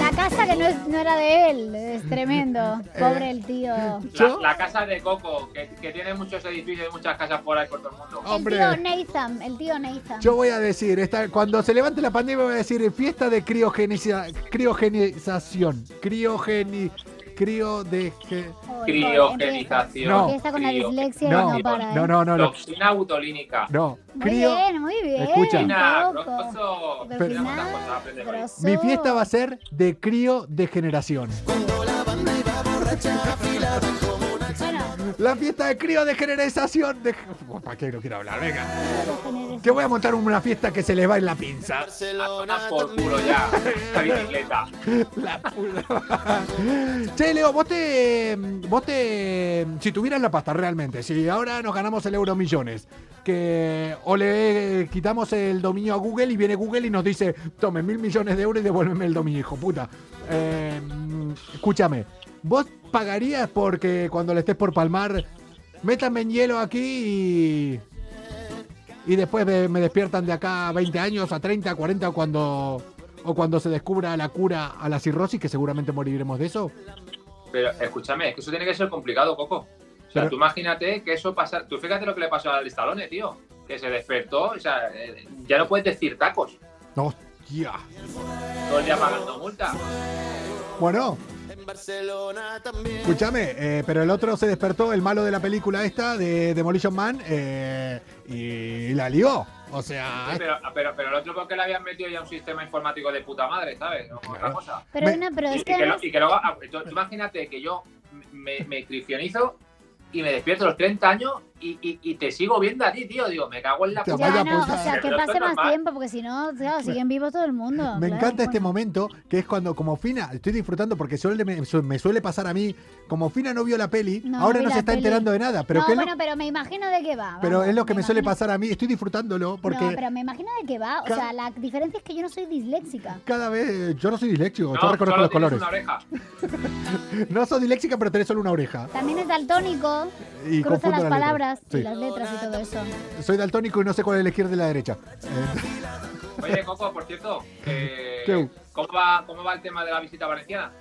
La casa que no, es- no era de él, es tremendo. Pobre el tío.
La,
Yo-
la casa de Coco, que, que tiene muchos edificios y muchas casas por ahí por todo el mundo.
Hombre.
El tío Nathan, el tío Nathan.
Yo voy a decir, esta- cuando se levante la pandemia voy a decir fiesta de criogeniza- criogenización. Criogeni... Crio de... ge-
Oh,
Criogenización.
No.
Empieza con la
Crio-
dislexia
No,
y no para. ¿eh?
no, no, no. No,
Toxina butolínica.
no.
Muy
Crio...
bien, muy bien.
Escucha.
Toxina,
Coco.
grosso.
Pero
Mira
al
cuántas
final,
cosas aprendes hoy.
grosso.
Mi fiesta va a ser de crío de generación.
Bueno,
La fiesta de crío de generación de... Oh, ¿Para qué no quiero hablar? Venga.
generación.
Que voy a montar una fiesta que se les va en la pinza.
Anda por culo ya. Esta bicicleta.
La puta madre. Che, Leo, vos te. Vos te. Si tuvieras la pasta realmente, si ahora nos ganamos el euro millones, que. O le eh, quitamos el dominio a Google y viene Google y nos dice: tome mil millones de euros y devuélveme el dominio, hijo puta. Eh, escúchame, ¿vos pagarías porque cuando le estés por palmar, métame en hielo aquí y. Y después de- me despiertan de acá a 20 años, a 30, a 40, cuando, o cuando se descubra la cura a la cirrosis, que seguramente moriremos de eso.
Pero escúchame, es que eso tiene que ser complicado, Coco. O sea,
Pero-
tú imagínate que eso pasa. Tú fíjate lo que le pasó al Stallone, tío. Que se despertó, o sea, eh, ya no puedes decir tacos.
¡Hostia!
Todo el día pagando multa.
Bueno. Escúchame, eh, pero el otro se despertó, el malo de la película esta, de Demolition Man, eh, y la lió. O sea,
Sí, Ah, pero, pero, pero el otro porque le habían metido ya un sistema informático de puta madre, ¿sabes? No, otra cosa.
Pero,
Me-
una, pero
Y,
es
y
que
que lo-
además-
y que luego, ah, tú, tú imagínate que yo me, me cristianizo y me despierto a los 30 años y, y- y te sigo viendo a ti, tío. Digo, me cago en la
Te
puta.
vaya
ya no, o
puta.
sea, que
Pero esto
pase
es
más
normal.
tiempo, porque si no, claro, siguen vivos todo el mundo.
Me
claro,
encanta este
bueno.
momento, que es cuando como Fina, estoy disfrutando porque suele- me, su- me suele pasar a mí, como Fina no vio la peli,
No,
ahora
no vi
no
la
se está
peli.
enterando de nada, pero,
no,
que es lo-
bueno, pero me imagino de qué va.
pero
vamos,
es lo que me, suele
imagino-
pasar a mí, estoy disfrutándolo porque...
No, pero me imagino de qué va. O
Ca-
sea, la diferencia es que yo no soy disléxica.
Cada vez, yo no soy disléxico,
No,
yo reconozco
solo
los
tienes
colores.
una oreja.
No soy disléxica, pero tenés solo una oreja.
También es daltónico,
Y
cruza
confundo
las
las letras.
palabras
Sí.
y las letras y todo eso.
Soy daltónico y no sé cuál elegir de la derecha. Eh,
Oye, Coco, por cierto, eh,
¿Qué?
¿cómo, va, ¿cómo va el tema de la visita valenciana?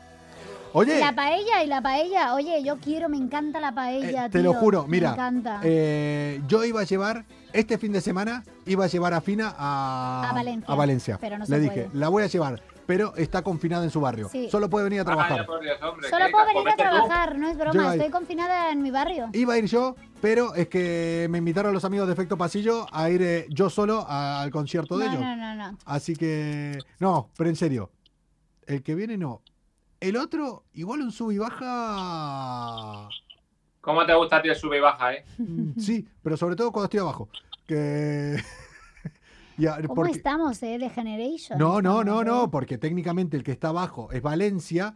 oye,
La paella y la paella, oye, yo quiero, me encanta la
eh,
paella,
te
tío,
lo juro,
me
mira,
encanta.
eh, yo iba a llevar, este fin de semana, iba a llevar a Fina a,
A Valencia. Pero no se
Le dije,
puede.
la voy a llevar, pero está confinada en su barrio.
Sí.
Solo puede venir a
Ay,
trabajar.
por Dios, hombre,
Solo
que-
puedo venir a
comete tú.
trabajar, no es
Yo
broma,
ahí.
estoy confinada en mi barrio.
Iba a ir yo, pero es que me invitaron los amigos de Efecto Pasillo a ir eh, yo solo a- al concierto
No,
de ellos.
no, no, no.
Así que. No, pero en serio. El que viene no. El otro, igual un sub y baja.
¿Cómo te gusta a ti el sube y baja, eh?
Mm, Sí, pero sobre todo cuando estoy abajo. Que. Ya,
¿Cómo
porque-
estamos, eh? De Generation.
No, no, no,
Estamos, eh,
no, porque técnicamente el que está abajo es Valencia,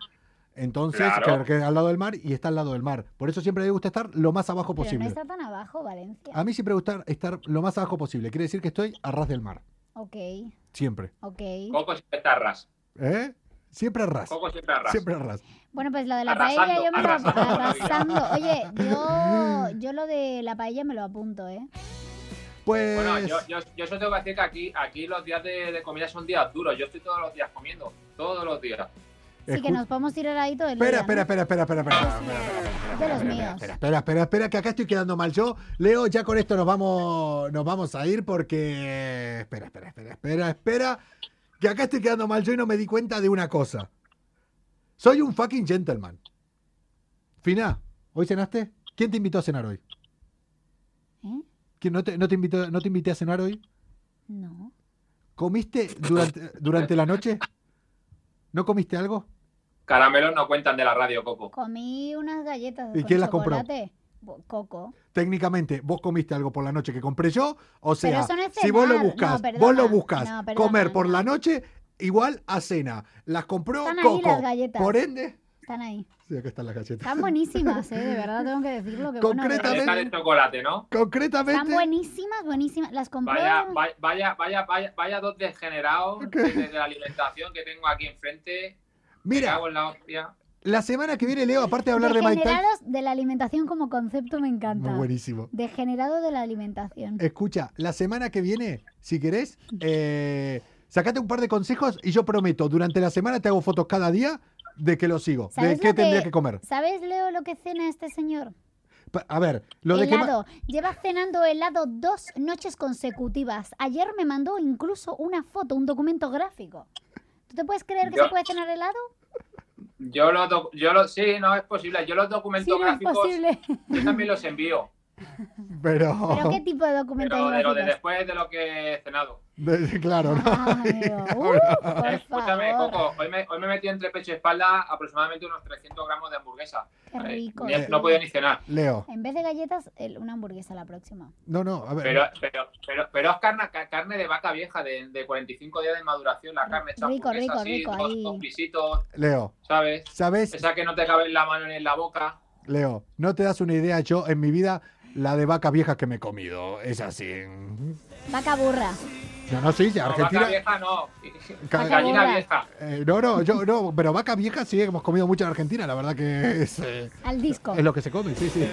entonces,
Claro.
que, que es al lado del mar y está al lado del mar. Por eso siempre me gusta estar lo más abajo
eh. Pero no
posible. Ah.
está tan abajo, Valencia.
A mí siempre me gusta estar lo más abajo posible. Quiere decir que estoy a ras del mar.
Ok,
Siempre.
ok.
Coco siempre está ras.
¿Eh? Siempre a ras.
Coco siempre ras.
Siempre a ras.
Bueno, pues lo de la
Arrasando,
paella yo me
arrasando
lo
la vida.
arrasando. Oye, yo, yo lo de la paella me lo apunto, ¿eh?
Pues.
Bueno, yo, yo, yo solo tengo que decir que aquí, aquí los días de, de comida son días duros. Yo estoy todos los días comiendo. Todos los días.
Así que
escu-
nos podemos tirar ahí todo el
Espera,
día. ¿no?
espera, espera, espera, espera, espera, espera, espera,
De
espera,
los míos.
espera, espera, espera, espera, que acá estoy quedando mal yo. Leo, ya con esto nos vamos, nos vamos a ir porque. Espera, espera, espera, espera, espera. Que acá estoy quedando mal yo y no me di cuenta de una cosa. Soy un fucking gentleman. Fina, ¿hoy cenaste? ¿Quién te invitó a cenar hoy?
¿Eh?
¿Quién no te, no te invitó, no te invité a cenar hoy?
No.
¿Comiste durante, durante la noche? ¿No comiste algo?
Caramelos no cuentan de la radio, Coco.
Comí unas galletas
¿Y
con
quién las compró?
chocolate. Bo- Coco.
técnicamente vos comiste algo por la noche que compré yo, o sea,
eso no es
si vos lo
cenar.
buscas,
No, perdona.
vos lo buscas,
No, perdona,
comer por
no.
la noche igual a cena. Las compró
Están ahí
Coco.
las galletas.
Por ende,
Están ahí.
sí, acá están las galletas.
Están buenísimas, ¿eh? De verdad tengo que decirlo. Que bueno,
Concreta-
Galleta de chocolate, ¿no?
están
Concretamente,
buenísimas, buenísimas. Las compró.
Vaya, vaya, vaya, vaya, vaya, vaya dos degenerados de de la alimentación que tengo aquí enfrente. Me
mira,
cago en la hostia.
la semana que viene Leo aparte de hablar de Mike Tyson,
Degenerados de la alimentación como concepto me encanta.
muy buenísimo. Eh.
Degenerado de la alimentación.
Escucha, la semana que viene, si querés, eh, sacate un par de consejos y yo prometo, durante la semana te hago fotos cada día de que lo sigo, de
¿Sabes
qué
lo que-
tendría que comer.
¿Sabes, Leo, lo que cena este señor?
Pa- A ver, lo de que ma-
helado. Lleva cenando helado dos noches consecutivas. Ayer me mandó incluso una foto, un documento gráfico. ¿Tú te puedes creer que
Yo-
se puede cenar helado?
Yo los, doc- yo los, sí, no es posible. Yo los
Sí,
documentos
no es
gráficos,
posible.
yo también los envío.
¿Pero qué tipo de documentos
Pero de lo de
gráficos?
después de lo que he cenado.
De- claro, ¿no?
Ah, amigo. Uh, por
Eh, escúchame,
favor.
Coco, hoy me, hoy me metí entre pecho y espalda aproximadamente unos 300 gramos de hamburguesa.
Qué
Eh,
rico.
ni-
tío.
no podía ni cenar.
Leo.
En vez de galletas, el- una hamburguesa la próxima.
No, no, a ver.
Pero, pero, pero, pero es carne, ca- carne de vaca vieja de, de 45 días de maduración, la carne hecha
Rico, rico,
hamburguesa, así,
rico,
dos,
ahí.
dos pisitos,
Leo,
¿sabes?
¿sabes?
Esa que no te cabe en la mano ni en la boca.
Leo, no te das una idea yo en mi vida la de vacas viejas que me he comido. Es así.
Vaca burra.
No, no, sí,
No,
Argentina.
vaca vieja no.
Ca-
Gallina
Vaca
vieja.
eh, no, no, yo no, pero vacas viejas sí hemos comido mucho en Argentina, la verdad que es, eh,
Al disco.
es lo que se come, sí, sí.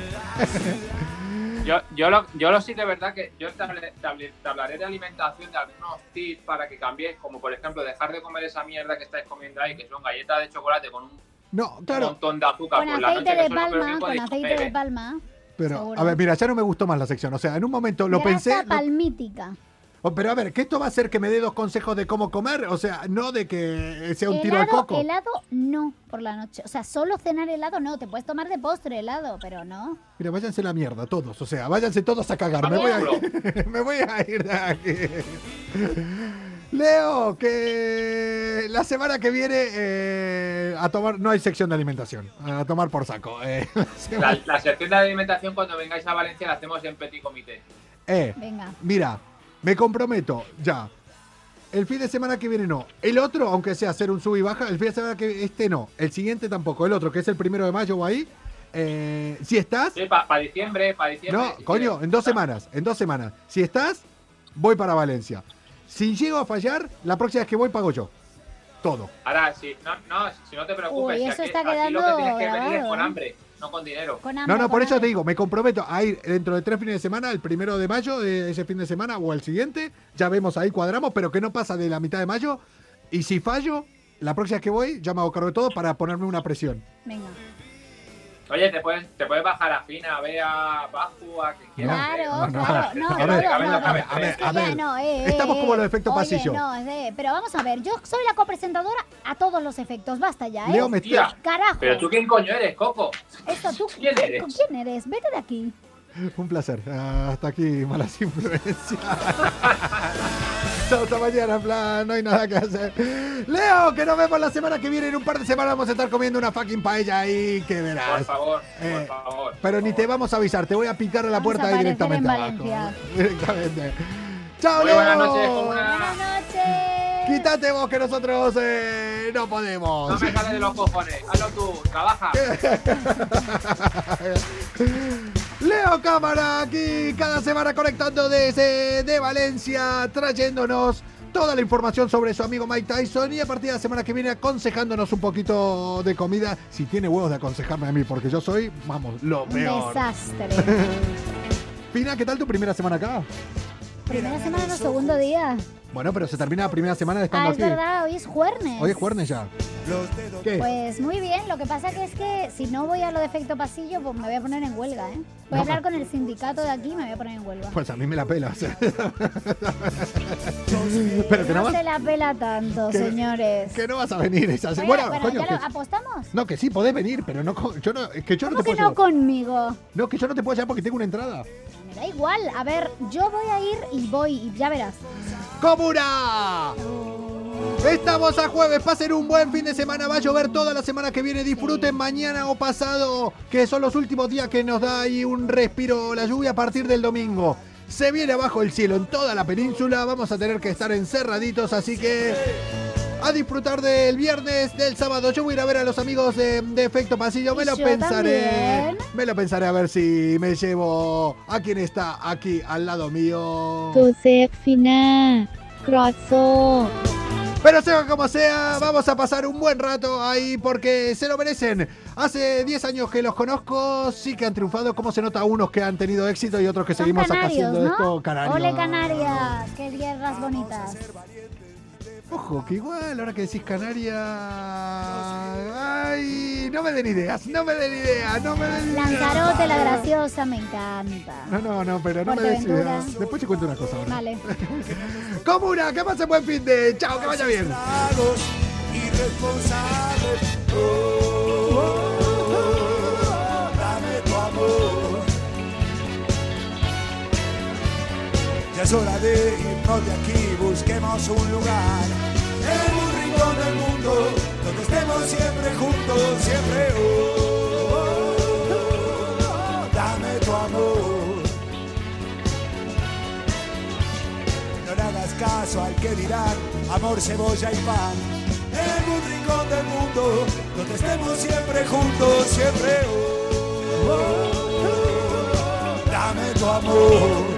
Yo, yo, lo, yo lo sí de verdad que yo te hablaré, te hablaré- te hablaré de alimentación, de algunos tips para que cambiéis, como por ejemplo dejar de comer esa mierda que estáis comiendo ahí, que son galletas de chocolate con un
No, claro,
montón de azúcar
Con
por la noche.
aceite
que
de
eso es lo peor
palma,
que
con
podéis
aceite
comer,
de
¿eh?
palma.
pero
seguro.
a ver, mira, ya no me gustó más la sección, o sea, en un momento lo
Grasa
pensé, lo-
palmítica.
oh, pero a ver, que esto va a hacer que me dé dos consejos de cómo comer, o sea, no de que sea un tiro al
helado,
coco.
helado no por la noche. O sea, solo cenar helado no. Te puedes tomar de postre helado, pero no.
Mira, váyanse a la mierda todos, o sea, váyanse todos a cagar. Me voy a ir, me voy a ir de aquí. Leo, que la semana que viene eh, a tomar, no hay sección de alimentación, a tomar por saco. eh, la semana-
La, la sección de alimentación cuando vengáis a Valencia la hacemos en petit comité.
eh,
Venga.
mira, me comprometo ya. El fin de semana que viene no. El otro, aunque sea hacer un sub y baja, el fin de semana que este no. El siguiente tampoco. El otro, que es el primero de mayo o ahí. eh, si estás,
Sí, para diciembre, para diciembre.
No,
si
coño,
quieres.
en dos semanas, en dos semanas. Si estás, voy para Valencia. Si llego a fallar, la próxima vez que voy pago yo. Todo.
Ahora, sí, no, no, si no te preocupes.
Uy,
si
eso
aquí-
está
aquí lo que
quedando
tienes que venir es
grabado,
con
¿eh?
hambre, no con dinero.
Con hambre,
No, no,
con
por eso te
hambre.
digo, me comprometo a ir dentro de tres fines de semana, el primero de mayo de ese fin de semana o el siguiente, ya vemos ahí, cuadramos, pero que no pasa de la mitad de mayo. Y si fallo, la próxima vez que voy, ya me hago cargo de todo para ponerme una presión.
Venga.
Oye, te puedes, te puedes bajar a Fina, a Bea, a Bajo, a quien quieras.
Claro,
eh.
no,
claro. No,
a ver,
no, no,
a ver,
no,
a ver,
no,
a ver,
es que
a
ya
ver.
no, eh, eh,
Estamos como los
eh.
efectos
Oye,
pasillo.
no, es de- pero vamos a ver, yo soy la copresentadora a todos los efectos. Basta ya, ¿eh?
Leo, me
Hostia,
Carajo.
pero tú quién coño eres, Coco.
Esto, tú,
¿Quién eres?
¿Quién eres? Vete de aquí.
Un placer. Hasta aquí, malas influencias. Chao, hasta mañana, en plan, no hay nada que hacer. Leo, que nos vemos la semana que viene. En un par de semanas vamos a estar comiendo una fucking paella ahí, que
Por
verás.
favor,
Eh,
por favor.
Pero
por
ni
favor.
te vamos a avisar, te voy a picar a la
Vamos
puerta
a
ahí
aparecer en
directamente. abajo.
Valencia.
Directamente. Chao,
Muy
Leo.
buenas noches, Juan.
Buenas noches.
Quítate vos que nosotros eh, no podemos.
No me sale de los cojones. Hazlo tú, trabaja.
Leo Cámara aquí cada semana conectando desde de Valencia, trayéndonos toda la información sobre su amigo Mike Tyson y a partir de la semana que viene aconsejándonos un poquito de comida, si tiene huevos de aconsejarme a mí, porque yo soy, vamos, lo
Un
peor.
desastre.
Pina, ¿qué tal tu primera semana acá?
Primera semana, no segundo día.
Bueno, pero se termina la primera semana de
Ah,
estando
es
aquí.
verdad, hoy es jueves.
Hoy es jueves ya. ¿Qué?
Pues muy bien, lo que pasa que es que si no voy a lo de efecto pasillo, pues me voy a poner en huelga, ¿eh? Voy
No.
a hablar con el sindicato de aquí y me voy a poner en huelga.
Pues a mí me la pela. o sea. pero que no,
No
vas,
se la pela tanto,
Que-
señores.
que no vas a venir. Esa
Oye,
bueno,
bueno,
coño,
ya lo-
que-
¿apostamos?
No, que sí, podés venir, pero no con- yo no, es que yo no
¿Cómo
te
que
puedo
no
llevar.
conmigo?
No, que yo no te puedo llevar porque tengo una entrada.
Me da igual, a ver, yo voy a ir y voy y ya verás.
¡Comuna! Estamos a jueves, pasen un buen fin de semana, va a llover toda la semana que viene, disfruten mañana o pasado, que son los últimos días que nos da ahí un respiro la lluvia a partir del domingo. Se viene abajo el cielo en toda la península, vamos a tener que estar encerraditos, así que a disfrutar del viernes, del sábado. Yo voy a ir a ver a los amigos de, de Efecto Pasillo, me
Y
lo
yo
pensaré.
también.
Me lo pensaré a ver si me llevo a quien está aquí al lado mío.
โจเซฟฟิน่ากรอตโซ
Pero sea como sea, vamos a pasar un buen rato ahí porque se lo merecen. Hace 10 años que los conozco, sí que han triunfado. ¿Cómo se nota unos que han tenido éxito y otros que
Son
seguimos acá
canarios,
haciendo
¿no?
esto? Canarios.
Ole Canarias, qué tierras bonitas.
Ojo, que igual, ahora que decís Canarias. Ay, no me den ideas, no me den ideas, no me den ideas.
Lanzarote, la graciosa, me encanta.
No, no, no, pero no me des
Fuerteventura.
ideas. Después te cuento una cosa ahora.
Vale.
Comuna, que pasen buen fin de. Chao, que vaya bien.
Tragos irresponsables. Oh, oh, oh, dame tu amor. Ya es hora de irnos de aquí, busquemos un lugar. En un rincón del mundo, donde estemos siempre juntos, siempre. Oh, oh, oh, dame tu amor. No le hagas caso al que dirán amor, cebolla y pan. En un rincón del mundo, donde estemos siempre juntos, siempre. oh, oh, oh, dame tu amor.